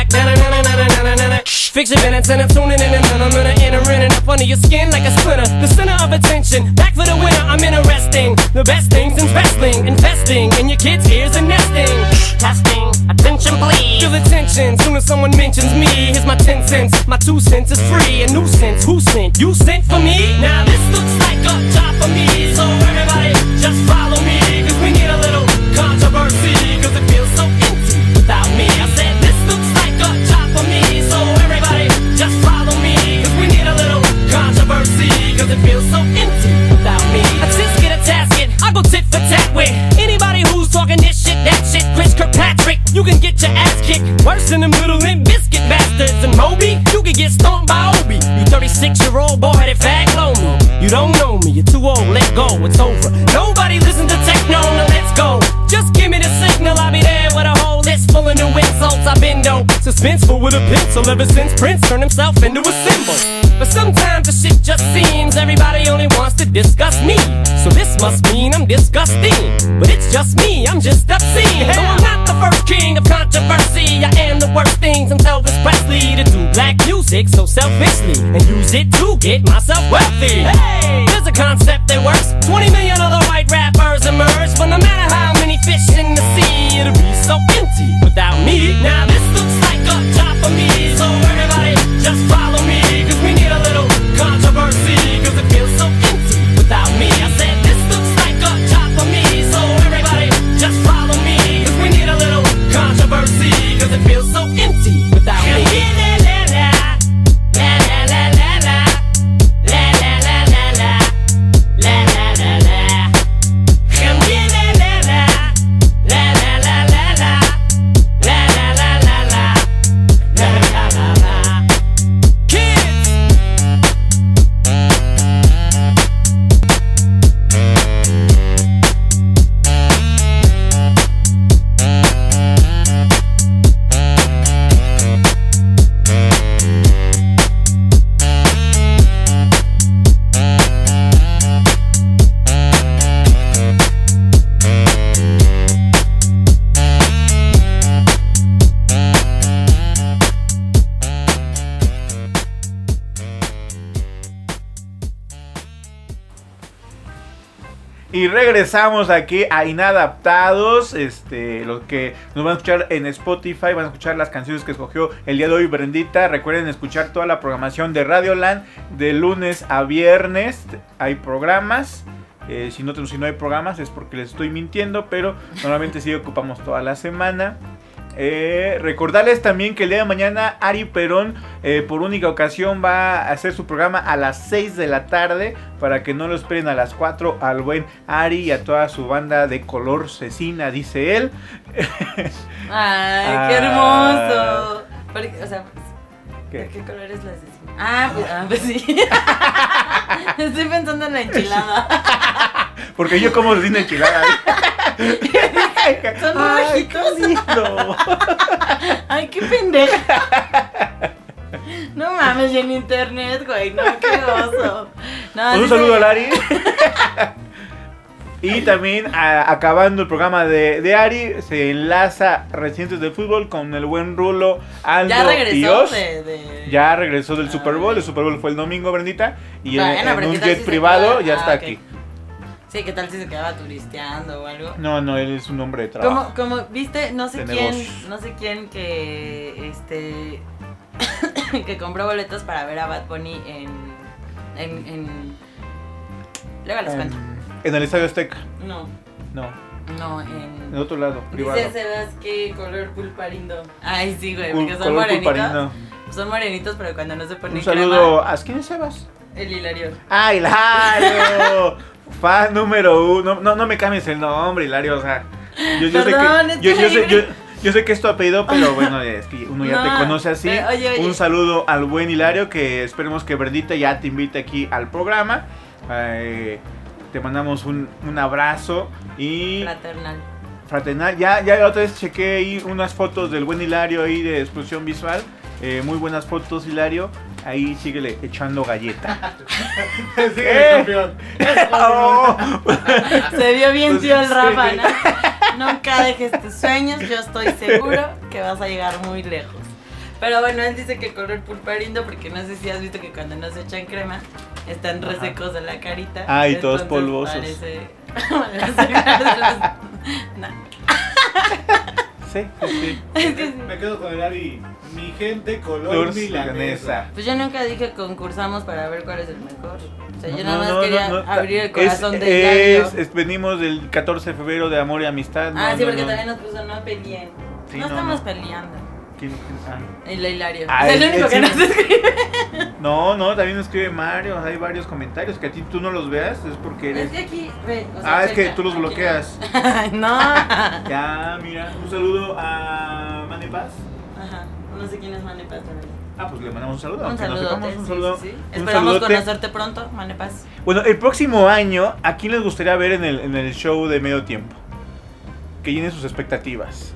[SPEAKER 4] Na-na-na-na-na-na-na-na. Fix your minutes and I'm tuning in and then I'm gonna enter in and up under your skin like a splinter. The center of attention, back for the winner. I'm interesting. The best things in wrestling, investing in your kids' ears and nesting. Testing, attention please. Feel the tension soon as someone mentions me. Here's my ten cents, my two cents is free. A nuisance, who sent? You sent for me? Now this looks like a job for me, so everybody just follow me, cause we need a little controversy, cause it feels so empty without me. I said this looks like a job for me, so everybody just follow me, cause we need a little controversy, cause it feels so empty without me. I just get a tasket, I go tit for tat with anybody who's talking this shit, that shit, Chris Kirkpatrick. You can get your ass kicked worse than them little limp biscuit bastards and Moby. You can get stomped by Obi. You 36 year old boy headed fag lonely. You don't know me, you're too old, let go, it's over. Nobody listen to techno, now let's go. Just give me the signal, I'll be there with a whole list full of new insults. I've been no suspenseful with a pencil ever since Prince turned himself into a symbol. But sometimes the shit just seems everybody only wants to discuss me. So this must mean I'm disgusting. But it's just me, I'm just obscene. Though I'm not the first king of controversy, I am the worst thing since Elvis Presley to do black music so selfishly and use it to get myself wealthy. Hey, there's a concept that works. 20 million other white rappers emerge, but no matter how many fish in the sea, it'll be so empty without me. Now this looks like a job for me, so everybody just follow me, cause we need a little controversy, cause it feels so empty without me. I said this looks like a job for me, so everybody just follow me, cause we need a little controversy, cause it feels so empty without me. La la la la la la la la la la la la la la la
[SPEAKER 2] Y regresamos aquí a Inadaptados. Este, los que nos van a escuchar en Spotify, van a escuchar las canciones que escogió el día de hoy Brendita. Recuerden escuchar toda la programación de Radioland de lunes a viernes. Hay programas. Eh, si, no, te- si no hay programas es porque les estoy mintiendo, pero normalmente sí ocupamos toda la semana. Eh, recordarles también que el día de mañana Ari Perón eh, por única ocasión va a hacer su programa a las 6 de la tarde para que no lo esperen a las 4 al buen Ari y a toda su banda de color cecina, dice él.
[SPEAKER 1] Ay, qué
[SPEAKER 2] Ah.
[SPEAKER 1] hermoso. Porque, o sea, ¿de
[SPEAKER 2] Que-
[SPEAKER 1] qué color es la asesina? Ah, pues, ah, pues sí. Estoy pensando en la enchilada.
[SPEAKER 2] Porque yo como cecina enchilada.
[SPEAKER 1] Son Ah,
[SPEAKER 2] Ay, qué
[SPEAKER 1] rojitos.
[SPEAKER 2] lindo.
[SPEAKER 1] Ay, qué pendeja. No mames, y en internet, güey. No, qué oso. No,
[SPEAKER 2] Pues
[SPEAKER 1] sí
[SPEAKER 2] un saludo
[SPEAKER 1] se-
[SPEAKER 2] a Ari. Y también a- acabando el programa de, de Ari, se enlaza Recientes del Fútbol con el buen Rulo Aldo
[SPEAKER 1] Ya regresó
[SPEAKER 2] Dios.
[SPEAKER 1] de, de-
[SPEAKER 2] Ya regresó del Super
[SPEAKER 1] Ah.
[SPEAKER 2] Bowl, el Super Bowl fue el domingo, Brendita, y en,
[SPEAKER 1] Bueno,
[SPEAKER 2] en
[SPEAKER 1] pero
[SPEAKER 2] un
[SPEAKER 1] ¿qué tal
[SPEAKER 2] jet
[SPEAKER 1] si se
[SPEAKER 2] privado
[SPEAKER 1] queda?
[SPEAKER 2] ya
[SPEAKER 1] Ah,
[SPEAKER 2] está
[SPEAKER 1] ok.
[SPEAKER 2] aquí.
[SPEAKER 1] Sí, ¿qué tal si se quedaba turisteando o algo?
[SPEAKER 2] No, no, él es un hombre de trabajo.
[SPEAKER 1] Como, como viste, no sé
[SPEAKER 2] Ah. De negocios.
[SPEAKER 1] quién, no sé quién que este que compró boletos para ver a Bad Bunny en en, en- luego Ah, les cuento.
[SPEAKER 2] En, en el Estadio Azteca,
[SPEAKER 1] No,
[SPEAKER 2] no,
[SPEAKER 1] no
[SPEAKER 2] en
[SPEAKER 1] en
[SPEAKER 2] otro lado, privado.
[SPEAKER 1] Dice Sebas que color pulparindo. Ay, sí, güey,
[SPEAKER 2] Cul-
[SPEAKER 1] porque son
[SPEAKER 2] color
[SPEAKER 1] morenitos.
[SPEAKER 2] pulparino.
[SPEAKER 1] Son morenitos, pero cuando no se ponen
[SPEAKER 2] Un saludo
[SPEAKER 1] crema,
[SPEAKER 2] a quién es Sebas.
[SPEAKER 1] el hilario.
[SPEAKER 2] ¡Ah, Hilario! Fan número uno. No, no me cambies el nombre, Hilario. O sea, yo, yo
[SPEAKER 1] Perdón,
[SPEAKER 2] sé que, yo,
[SPEAKER 1] es
[SPEAKER 2] yo sé,
[SPEAKER 1] que-
[SPEAKER 2] yo, yo sé que es tu apellido, pero bueno, es que uno ya
[SPEAKER 1] No,
[SPEAKER 2] te conoce así.
[SPEAKER 1] pero oye, oye.
[SPEAKER 2] Un saludo al buen Hilario, que esperemos que Verdita ya te invite aquí al programa. Eh, te mandamos un, un abrazo y
[SPEAKER 1] Fraternal.
[SPEAKER 2] fraternal. Ya, ya la otra vez chequé ahí unas fotos del buen Hilario ahí de explosión visual. Eh, muy buenas fotos, Hilario. Ahí síguele echando galleta.
[SPEAKER 3] Sí,
[SPEAKER 2] ¿Qué?
[SPEAKER 3] campeón.
[SPEAKER 2] ¡Oh!
[SPEAKER 1] Se vio bien
[SPEAKER 2] Pues,
[SPEAKER 1] tío el
[SPEAKER 2] sí.
[SPEAKER 1] Rafa, ¿no? Nunca dejes tus sueños, yo estoy seguro que vas a llegar muy lejos. Pero bueno, él dice que color pulparindo porque no sé si has visto que cuando no se echan crema están resecos de la carita.
[SPEAKER 2] Ah, y todos
[SPEAKER 1] Entonces,
[SPEAKER 2] polvosos.
[SPEAKER 1] parece- parece- no,
[SPEAKER 2] Sí, sí, sí.
[SPEAKER 1] es que-
[SPEAKER 3] Me quedo con el Ari. Mi gente color
[SPEAKER 2] Flor
[SPEAKER 3] milanesa.
[SPEAKER 2] milanesa.
[SPEAKER 1] Pues yo nunca dije concursamos para ver cuál es el mejor. O sea, yo
[SPEAKER 2] No,
[SPEAKER 1] nada más
[SPEAKER 2] no, no,
[SPEAKER 1] quería
[SPEAKER 2] no, no.
[SPEAKER 1] abrir el
[SPEAKER 2] Es-
[SPEAKER 1] corazón de
[SPEAKER 2] es,
[SPEAKER 1] Hilario.
[SPEAKER 2] es- Venimos del 14 de febrero de amor y amistad.
[SPEAKER 1] ah,
[SPEAKER 2] No,
[SPEAKER 1] sí,
[SPEAKER 2] no,
[SPEAKER 1] porque
[SPEAKER 2] no.
[SPEAKER 1] también nos puso no peleen.
[SPEAKER 2] Sí,
[SPEAKER 1] no,
[SPEAKER 2] no,
[SPEAKER 1] estamos
[SPEAKER 2] no.
[SPEAKER 1] peleando.
[SPEAKER 2] ¿Quién- quién- ah?
[SPEAKER 1] El Hilario.
[SPEAKER 2] Ah,
[SPEAKER 1] es el
[SPEAKER 2] el-
[SPEAKER 1] único
[SPEAKER 2] el-
[SPEAKER 1] que nos escribe.
[SPEAKER 2] No, no, también escribe Mario. Hay varios comentarios que a ti tú no los veas. Es porque
[SPEAKER 1] Es
[SPEAKER 2] eres.
[SPEAKER 1] que aquí, ve, o sea,
[SPEAKER 2] Ah, es que
[SPEAKER 1] checa,
[SPEAKER 2] tú los
[SPEAKER 1] aquí.
[SPEAKER 2] bloqueas.
[SPEAKER 1] Ay, no. Ajá.
[SPEAKER 2] Ya, mira. Un saludo a Mane Paz.
[SPEAKER 1] No sé quién es Manepaz. la verdad.
[SPEAKER 2] Ah, pues le mandamos un saludo.
[SPEAKER 1] Un
[SPEAKER 2] aunque nos
[SPEAKER 1] saludo.
[SPEAKER 2] sepamos, un saludo. un
[SPEAKER 1] Esperamos
[SPEAKER 2] saludote.
[SPEAKER 1] conocerte pronto, Manepaz.
[SPEAKER 2] Bueno, el próximo año, ¿a quién les gustaría ver en el, en el show de medio tiempo? Que llenen sus expectativas.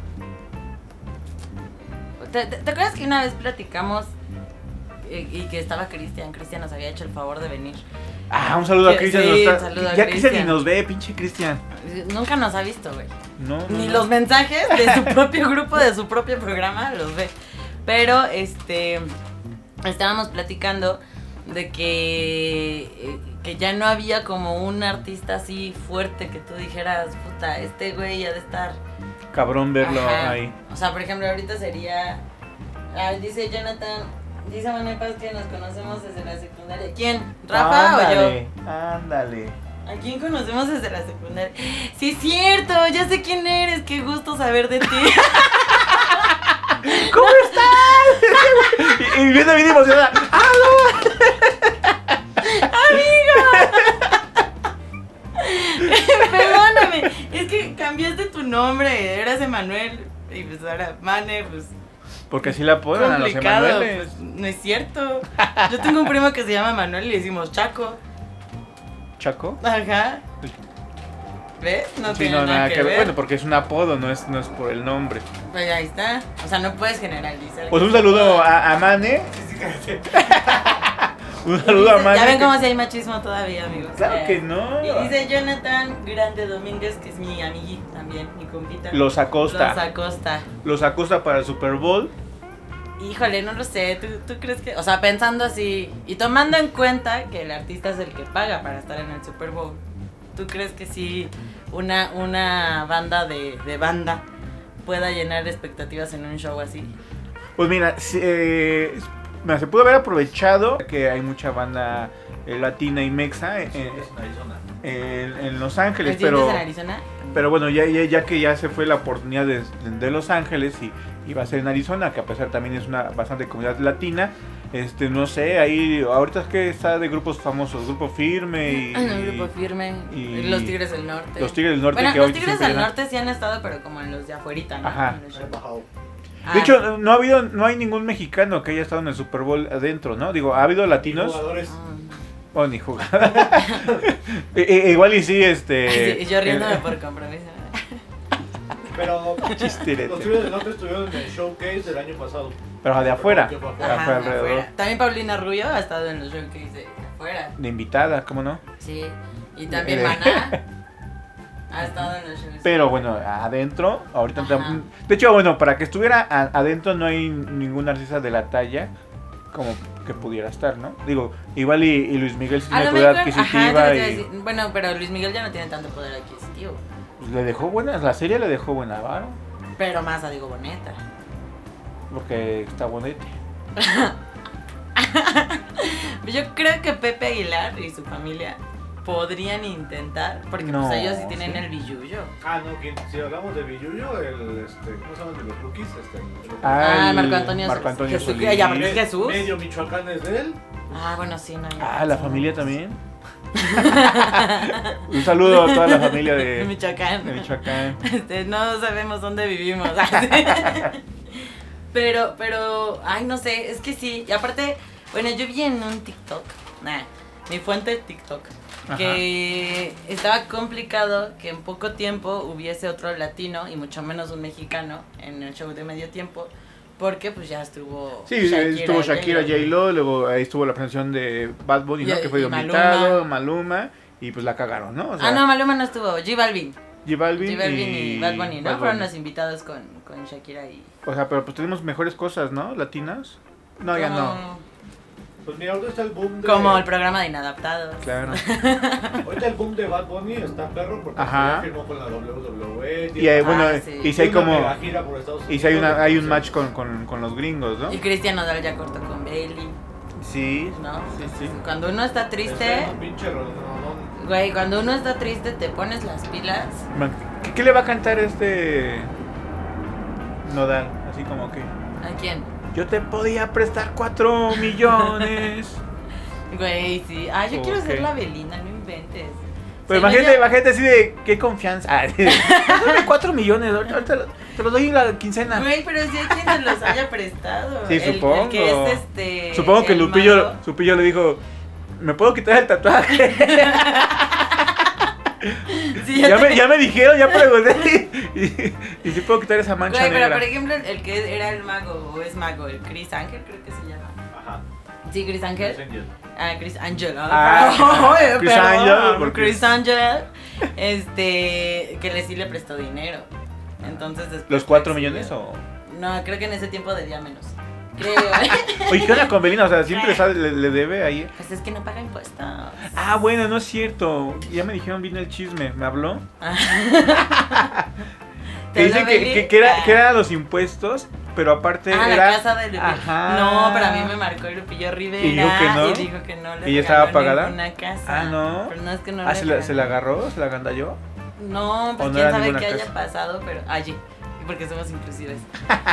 [SPEAKER 1] ¿Te, te, te acuerdas que una vez platicamos eh, y, que estaba Cristian? Cristian nos había hecho el favor de venir.
[SPEAKER 2] Ah, un saludo a
[SPEAKER 1] Sí,
[SPEAKER 2] Cristian.
[SPEAKER 1] sí,
[SPEAKER 2] nos está-
[SPEAKER 1] un saludo a
[SPEAKER 2] ya Cristian ni
[SPEAKER 1] Cristian.
[SPEAKER 2] nos ve, pinche Cristian.
[SPEAKER 1] Nunca nos ha visto, güey.
[SPEAKER 2] No, no,
[SPEAKER 1] Ni
[SPEAKER 2] no.
[SPEAKER 1] los mensajes de su propio grupo, de su propio programa, los ve. Pero, este, estábamos platicando de que, eh, que ya no había como un artista así fuerte que tú dijeras, puta, este güey ha de estar...
[SPEAKER 2] Cabrón verlo
[SPEAKER 1] Ajá.
[SPEAKER 2] ahí.
[SPEAKER 1] O sea, por ejemplo, ahorita sería... ah, dice Jonathan, dice Manuel Paz que nos conocemos desde la secundaria. ¿Quién? ¿Rafa o yo?
[SPEAKER 2] ándale, Ándale.
[SPEAKER 1] ¿A quién conocemos desde la secundaria? Sí, es cierto, ya sé quién eres, qué gusto saber de ti.
[SPEAKER 2] ¿Cómo estás? y, y viene bien emocionada.
[SPEAKER 1] Perdóname, es que cambiaste tu nombre, eras Emanuel y pues ahora Mane, pues
[SPEAKER 2] Porque así la apodan a los
[SPEAKER 1] complicado,
[SPEAKER 2] Emanueles.
[SPEAKER 1] pues no es cierto. Yo tengo un primo que se llama Manuel y le decimos Chaco.
[SPEAKER 2] ¿Chaco?
[SPEAKER 1] Ajá. ¿Ves? No
[SPEAKER 2] Sí,
[SPEAKER 1] tiene
[SPEAKER 2] no,
[SPEAKER 1] nada, que, ver.
[SPEAKER 2] Bueno, porque es un apodo, no es, no es por el nombre.
[SPEAKER 1] Pues ahí está. O sea, no puedes generalizar.
[SPEAKER 2] Pues un saludo a, a Mane. un saludo a Mane.
[SPEAKER 1] Ya ven cómo
[SPEAKER 2] que-
[SPEAKER 1] si hay machismo todavía, amigos.
[SPEAKER 2] Claro
[SPEAKER 1] Eh,
[SPEAKER 2] que no.
[SPEAKER 1] Y dice Jonathan Grande Domínguez, que es mi amiguito también, mi compita.
[SPEAKER 2] Los
[SPEAKER 1] Los
[SPEAKER 2] Acosta.
[SPEAKER 1] Acosta.
[SPEAKER 2] Los Acosta para el Super Bowl.
[SPEAKER 1] Híjole, no lo sé, ¿Tú, tú crees que...? O sea, pensando así y tomando en cuenta que el artista es el que paga para estar en el Super Bowl, ¿Tú crees que sí una, una banda de, de banda pueda llenar expectativas en un show así?
[SPEAKER 2] Pues mira, si, eh, mira, se pudo haber aprovechado que hay mucha banda eh, latina y mexa eh, eh,
[SPEAKER 3] Es una Arizona.
[SPEAKER 2] en, en Los
[SPEAKER 1] ¿Los
[SPEAKER 2] Ángeles,
[SPEAKER 1] dientes
[SPEAKER 2] pero,
[SPEAKER 1] en Arizona?
[SPEAKER 2] pero bueno, ya, ya, ya que ya se fue la oportunidad de, de Los Ángeles y, y va a ser en Arizona, que a pesar también es una bastante comunidad latina, este, no sé, ahí ahorita es que está de grupos famosos, Grupo Firme y...
[SPEAKER 1] El Ah, grupo firme,
[SPEAKER 2] y-
[SPEAKER 1] los Tigres del Norte.
[SPEAKER 2] Los Tigres del Norte
[SPEAKER 1] bueno,
[SPEAKER 2] que
[SPEAKER 1] los
[SPEAKER 2] hoy
[SPEAKER 1] Tigres
[SPEAKER 2] siempre
[SPEAKER 1] del
[SPEAKER 2] ganan.
[SPEAKER 1] Norte sí han estado, pero como en los de afuerita, ¿no?
[SPEAKER 2] Ajá.
[SPEAKER 1] En los
[SPEAKER 3] Me he
[SPEAKER 1] shows.
[SPEAKER 3] bajado.
[SPEAKER 1] Ah,
[SPEAKER 2] De hecho, no ha habido, no hay ningún mexicano que haya estado en el Super Bowl adentro, ¿no? Digo, ha habido latinos,
[SPEAKER 3] Jugadores.
[SPEAKER 1] ah.
[SPEAKER 2] o Oh, ni jugador. I- i- igual y sí, este.
[SPEAKER 1] Sí, yo riéndome por compromiso.
[SPEAKER 3] Pero
[SPEAKER 2] Chistirete.
[SPEAKER 3] los Tigres del Norte estuvieron en el showcase del año pasado.
[SPEAKER 2] Pero de afuera.
[SPEAKER 3] Que fue afuera.
[SPEAKER 2] Ajá,
[SPEAKER 1] Ajá,
[SPEAKER 2] fue
[SPEAKER 1] de
[SPEAKER 2] alrededor.
[SPEAKER 1] afuera. También Paulina Rubio ha estado en los showcase de afuera.
[SPEAKER 2] De invitada, ¿cómo no?
[SPEAKER 1] Sí. Y también
[SPEAKER 2] Eh.
[SPEAKER 1] Maná ha estado en los showcase.
[SPEAKER 2] Pero bueno, adentro, ahorita.
[SPEAKER 1] Ajá.
[SPEAKER 2] tam- De hecho, bueno, para que estuviera a- adentro no hay ningún artista de la talla como que pudiera estar, ¿no? Digo, igual y, y Luis Miguel sí
[SPEAKER 1] a
[SPEAKER 2] tiene
[SPEAKER 1] lo
[SPEAKER 2] poder
[SPEAKER 1] mejor, ajá,
[SPEAKER 2] adquisitiva
[SPEAKER 1] te iba a
[SPEAKER 2] y
[SPEAKER 1] decir, bueno, pero Luis Miguel ya no tiene tanto poder adquisitivo.
[SPEAKER 2] pues, le dejó buenas, la serie le dejó buena vara,
[SPEAKER 1] Pero más a Diego Boneta.
[SPEAKER 2] porque está bonete.
[SPEAKER 1] Pues Yo creo que Pepe Aguilar y su familia podrían intentar, porque
[SPEAKER 2] No,
[SPEAKER 1] pues ellos sí tienen
[SPEAKER 2] sí.
[SPEAKER 1] el billullo.
[SPEAKER 3] Ah, no, que si hablamos de Billuyo, el, este, ¿cómo se llama? De los rookies, este. el-
[SPEAKER 1] Ah,
[SPEAKER 2] el-
[SPEAKER 1] Marco Antonio
[SPEAKER 2] Marco
[SPEAKER 1] Solís.
[SPEAKER 2] Antonio
[SPEAKER 1] Jesús,
[SPEAKER 2] Solís.
[SPEAKER 1] que ya aparte es Jesús.
[SPEAKER 3] Medio Michoacán es de él.
[SPEAKER 1] Ah, bueno, sí, no.
[SPEAKER 2] Ah, la familia también. Un saludo a toda la familia de,
[SPEAKER 1] De Michoacán.
[SPEAKER 2] de Michoacán.
[SPEAKER 1] Este, no sabemos dónde vivimos. pero, pero, ay, no sé, es que sí. Y aparte, bueno, yo vi en un TikTok, nah, mi fuente es TikTok,
[SPEAKER 2] Ajá.
[SPEAKER 1] que estaba complicado que en poco tiempo hubiese otro latino y mucho menos un mexicano en el show de medio tiempo, porque pues ya estuvo.
[SPEAKER 2] Sí, estuvo Shakira,
[SPEAKER 1] J-Lo.
[SPEAKER 2] J-Lo, luego ahí estuvo la canción de Bad Bunny, ¿no?
[SPEAKER 1] Y-
[SPEAKER 2] que fue
[SPEAKER 1] y Maluma.
[SPEAKER 2] dominado, Maluma. y pues la cagaron, ¿no? O sea,
[SPEAKER 1] Ah, no, Maluma no estuvo, J Balvin.
[SPEAKER 2] J Balvin,
[SPEAKER 1] J Balvin y, Bad Bunny, ¿no?
[SPEAKER 2] Bad
[SPEAKER 1] Fueron
[SPEAKER 2] Bunny.
[SPEAKER 1] los invitados con, con Shakira y.
[SPEAKER 2] O sea, pero pues tenemos mejores cosas, ¿no? Latinas. No, ya no.
[SPEAKER 1] Como-
[SPEAKER 3] Pues mira, ahorita está el boom de.
[SPEAKER 1] Como el programa de Inadaptados.
[SPEAKER 2] Eh, Claro.
[SPEAKER 3] Ahorita el boom de Bad Bunny está perro porque
[SPEAKER 2] Ajá.
[SPEAKER 3] ya firmó con la WWE.
[SPEAKER 2] Y eh,
[SPEAKER 1] Ah,
[SPEAKER 2] bueno,
[SPEAKER 1] sí.
[SPEAKER 2] y si hay
[SPEAKER 3] tiene una
[SPEAKER 2] como...
[SPEAKER 3] mega gira por Estados
[SPEAKER 2] Y si hay,
[SPEAKER 3] Unidos,
[SPEAKER 2] una, hay un
[SPEAKER 3] entonces,
[SPEAKER 2] match con, con, con los gringos, ¿no?
[SPEAKER 1] Y Cristian Nodal ya cortó con Bailey,
[SPEAKER 2] Sí.
[SPEAKER 1] ¿no?
[SPEAKER 2] Sí, sí.
[SPEAKER 1] Cuando uno está
[SPEAKER 3] está
[SPEAKER 1] triste,
[SPEAKER 3] en este, un pinche rodón.
[SPEAKER 1] güey, cuando uno está triste te pones las pilas.
[SPEAKER 2] Man, ¿Qué, qué le va a cantar este Nodal? Así como que
[SPEAKER 1] ¿A quién?
[SPEAKER 2] yo te podía prestar cuatro millones.
[SPEAKER 1] Güey, sí. Ah, yo quiero
[SPEAKER 2] Ok.
[SPEAKER 1] ser la Belina, no inventes.
[SPEAKER 2] Pues
[SPEAKER 1] Se me
[SPEAKER 2] imagínate,
[SPEAKER 1] dio-
[SPEAKER 2] imagínate así de qué confianza. Ah, sí. Dame cuatro millones, ahorita ahorita lo- te los doy en la quincena.
[SPEAKER 1] Güey, pero si hay quien se los haya prestado.
[SPEAKER 2] Sí,
[SPEAKER 1] El- el
[SPEAKER 2] supongo.
[SPEAKER 1] que es este.
[SPEAKER 2] Supongo que
[SPEAKER 1] el
[SPEAKER 2] Lupillo,
[SPEAKER 1] mago.
[SPEAKER 2] Lupillo le dijo, ¿me puedo quitar el tatuaje?
[SPEAKER 1] Sí,
[SPEAKER 2] ya,
[SPEAKER 1] te-
[SPEAKER 2] me, ya me dijeron, ya pregunté. Y, y, y sí puedo quitar esa mancha
[SPEAKER 1] Güey, pero
[SPEAKER 2] negra.
[SPEAKER 1] por ejemplo, el que era el mago, o es mago, el Chris Ángel, creo que se llama.
[SPEAKER 3] Ajá.
[SPEAKER 1] Sí, Chris Ángel. Ah, Chris Angel.
[SPEAKER 2] Ah,
[SPEAKER 1] Ay,
[SPEAKER 2] Chris
[SPEAKER 1] perdón,
[SPEAKER 2] Angel, porque-
[SPEAKER 1] Chris Angel. Este. Que le sí le prestó dinero. Entonces después.
[SPEAKER 2] ¿Los cuatro millones o...?
[SPEAKER 1] No, creo que en ese tiempo debía menos. Creo.
[SPEAKER 2] Oye, ¿qué onda con Belina? O sea, siempre sale- le, le debe ahí.
[SPEAKER 1] pues es que no paga impuestos.
[SPEAKER 2] Ah, bueno, no es cierto. Ya me dijeron, vino el chisme, me habló. Que
[SPEAKER 1] Te
[SPEAKER 2] dicen
[SPEAKER 1] lo
[SPEAKER 2] que,
[SPEAKER 1] vendí.
[SPEAKER 2] que, que era, que era los impuestos, pero aparte
[SPEAKER 1] Ah,
[SPEAKER 2] era...
[SPEAKER 1] la casa de Lupillo.
[SPEAKER 2] Ajá.
[SPEAKER 1] No, para mí me marcó Lupillo Rivera.
[SPEAKER 2] ¿Y dijo que no?
[SPEAKER 1] Y dijo que no le
[SPEAKER 2] ¿Y ya estaba
[SPEAKER 1] regaló
[SPEAKER 2] pagada?
[SPEAKER 1] ninguna casa.
[SPEAKER 2] Ah, ¿no?
[SPEAKER 1] Pero no es que no
[SPEAKER 2] Ah,
[SPEAKER 1] le
[SPEAKER 2] ¿se la,
[SPEAKER 1] regaló.
[SPEAKER 2] se la agarró? ¿Se la agandalló?
[SPEAKER 1] No, pues
[SPEAKER 2] ¿O no
[SPEAKER 1] quién
[SPEAKER 2] era
[SPEAKER 1] sabe
[SPEAKER 2] ninguna
[SPEAKER 1] qué haya
[SPEAKER 2] casa?
[SPEAKER 1] pasado, pero. Ay, porque somos inclusives.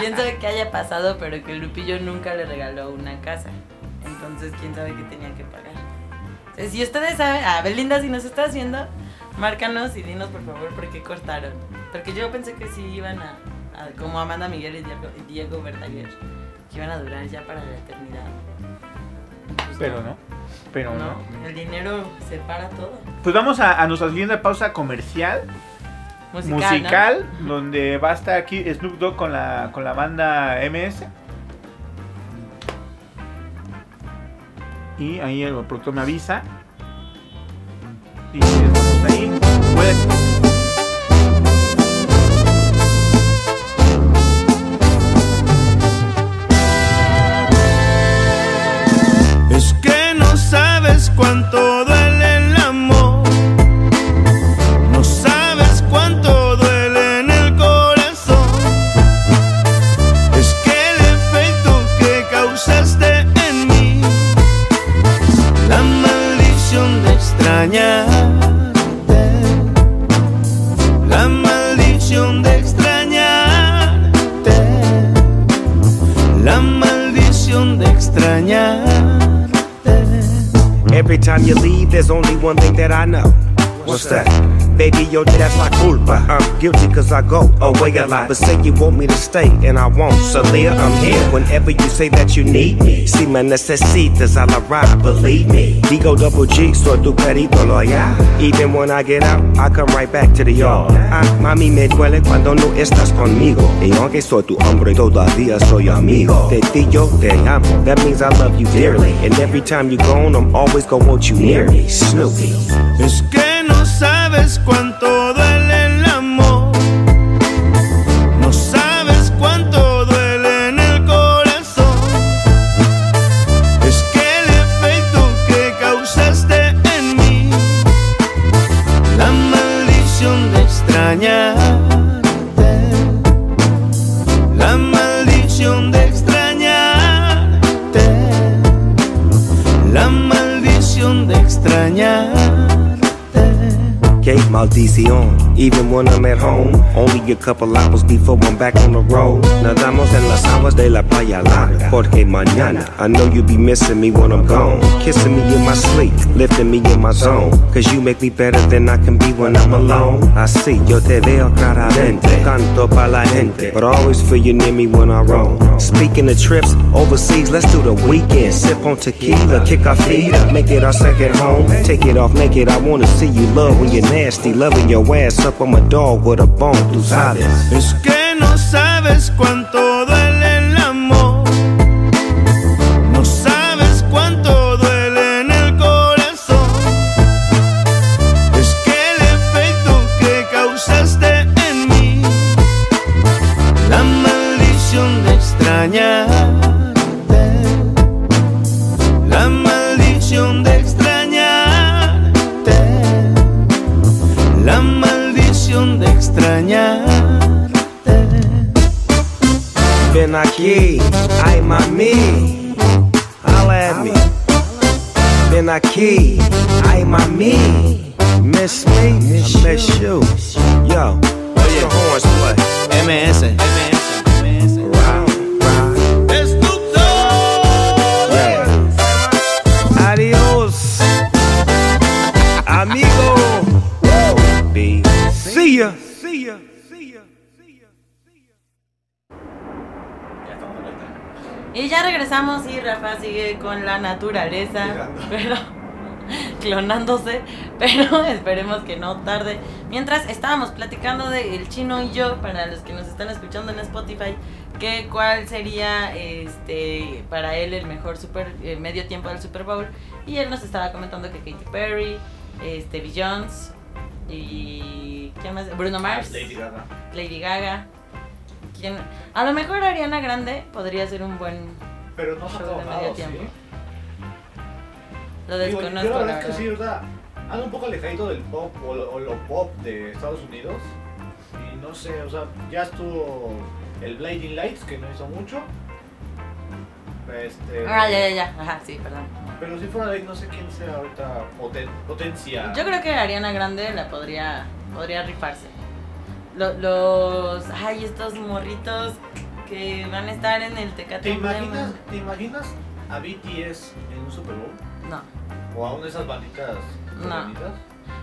[SPEAKER 1] Quién sabe qué haya pasado, pero que Lupillo nunca le regaló una casa. Entonces, quién sabe qué tenía que pagar. Entonces, si ustedes saben. Ah, Belinda, si nos estás viendo, márcanos y dinos por favor por qué cortaron. Porque yo pensé que sí iban a. a- como Amanda Miguel y Diego, y Diego Verdaguer, que iban a durar ya para la eternidad. Pues
[SPEAKER 2] Pero no. Pero no.
[SPEAKER 1] No, el dinero separa todo.
[SPEAKER 2] Pues vamos a, a nuestra siguiente pausa comercial,
[SPEAKER 1] Musical. ¿no?
[SPEAKER 2] musical, donde va a estar aquí Snoop Dogg con la, con la banda MS. Y ahí el productor me avisa. Y estamos ahí. Puede-
[SPEAKER 6] Es que no sabes cuánto duele el amor. Mm-hmm. Every time you leave, there's only one thing that I know. What's that? Baby, yo, that's my culpa. I'm guilty cause I go away a lot. But say you want me to stay, and I won't. So, Leah, I'm here whenever you say that you need me. Si me necesitas a la ride, believe me. Digo double G, soy tu perito loyal. Even when I get out, I come right back to the yard. Ah, mami, me duele cuando no estás conmigo. Y aunque soy tu hombre, todavía soy amigo. De ti yo te amo. That means I love you dearly. And every time you're gone, I'm always gonna want you near me. Snoopy.
[SPEAKER 7] Es que no sabes cuánto duele el amor. No sabes cuánto duele en el corazón. Es que el efecto que causaste en mí. La maldición de extrañarte. La maldición de extrañarte. La maldición de extrañarte.
[SPEAKER 6] Que maldición. Even when I'm at home, only a couple hours before I'm back on the road. Nadamos en las aguas de la playa larga. Porque mañana, I know you'll be missing me when I'm gone. Kissing me in my sleep, lifting me in my zone. Cause you make me better than I can be when I'm alone. I see, yo te veo claramente. Canto pa' la gente. But I always feel you near me when I roam. Speaking of trips overseas, let's do the weekend. Sip on tequila, kick our feet up, make it our second home. Take it off naked, I wanna see you love when you're nasty. Loving your ass up, I'm a dog with a bone through silence.
[SPEAKER 7] Es que no sabes cuánto duele el amor. No sabes cuánto duele en el corazón. Es que el efecto que causaste en mí. La maldición de extrañarte. La maldición de extrañarte. La maldición de extrañarte.
[SPEAKER 6] Ven aquí, ay mami, holla at me. Ven aquí, ay mami, miss me, I miss you. Yo, let your horns play.
[SPEAKER 7] MS.
[SPEAKER 6] Round, round, yeah. Adios, amigo. Be see ya. See ya. See ya. See ya.
[SPEAKER 1] Y ya regresamos y Rafa sigue con la naturaleza,
[SPEAKER 3] Llegando.
[SPEAKER 1] pero clonándose, pero esperemos que no tarde. Mientras estábamos platicando de el chino y yo, para los que nos están escuchando en Spotify, que cuál sería este para él el mejor super eh, medio tiempo del Super Bowl y él nos estaba comentando que Katy Perry, este Beyoncé y ¿quién más? Bruno Mars.
[SPEAKER 3] Ah, Lady Gaga.
[SPEAKER 1] Lady Gaga. ¿Quién? A lo mejor Ariana Grande podría ser un buen.
[SPEAKER 3] Pero no se ha
[SPEAKER 1] Show de medio
[SPEAKER 3] trabajado, ¿sí?
[SPEAKER 1] tiempo. Lo
[SPEAKER 3] Digo, yo
[SPEAKER 1] desconozco.
[SPEAKER 3] la verdad es que
[SPEAKER 1] verdad.
[SPEAKER 3] sí, ¿verdad? Ando un poco alejadito del pop o lo, o lo pop de Estados Unidos. Y no sé, o sea, ya estuvo el Blinding Lights, que no hizo mucho. Este,
[SPEAKER 1] Ah, ya, ya, ya. Ajá, sí, perdón.
[SPEAKER 3] Pero si fuera de ahí, no sé quién sea ahorita poten- potencia.
[SPEAKER 1] Yo creo que Ariana Grande la podría, podría rifarse. Lo- los. Ay, estos morritos que van a estar en el Tecate.
[SPEAKER 3] ¿Te imaginas,
[SPEAKER 1] Emblema.
[SPEAKER 3] ¿Te imaginas a BTS en un Super Bowl?
[SPEAKER 1] No.
[SPEAKER 3] ¿O a una de esas banditas
[SPEAKER 1] No.
[SPEAKER 3] coreanitas?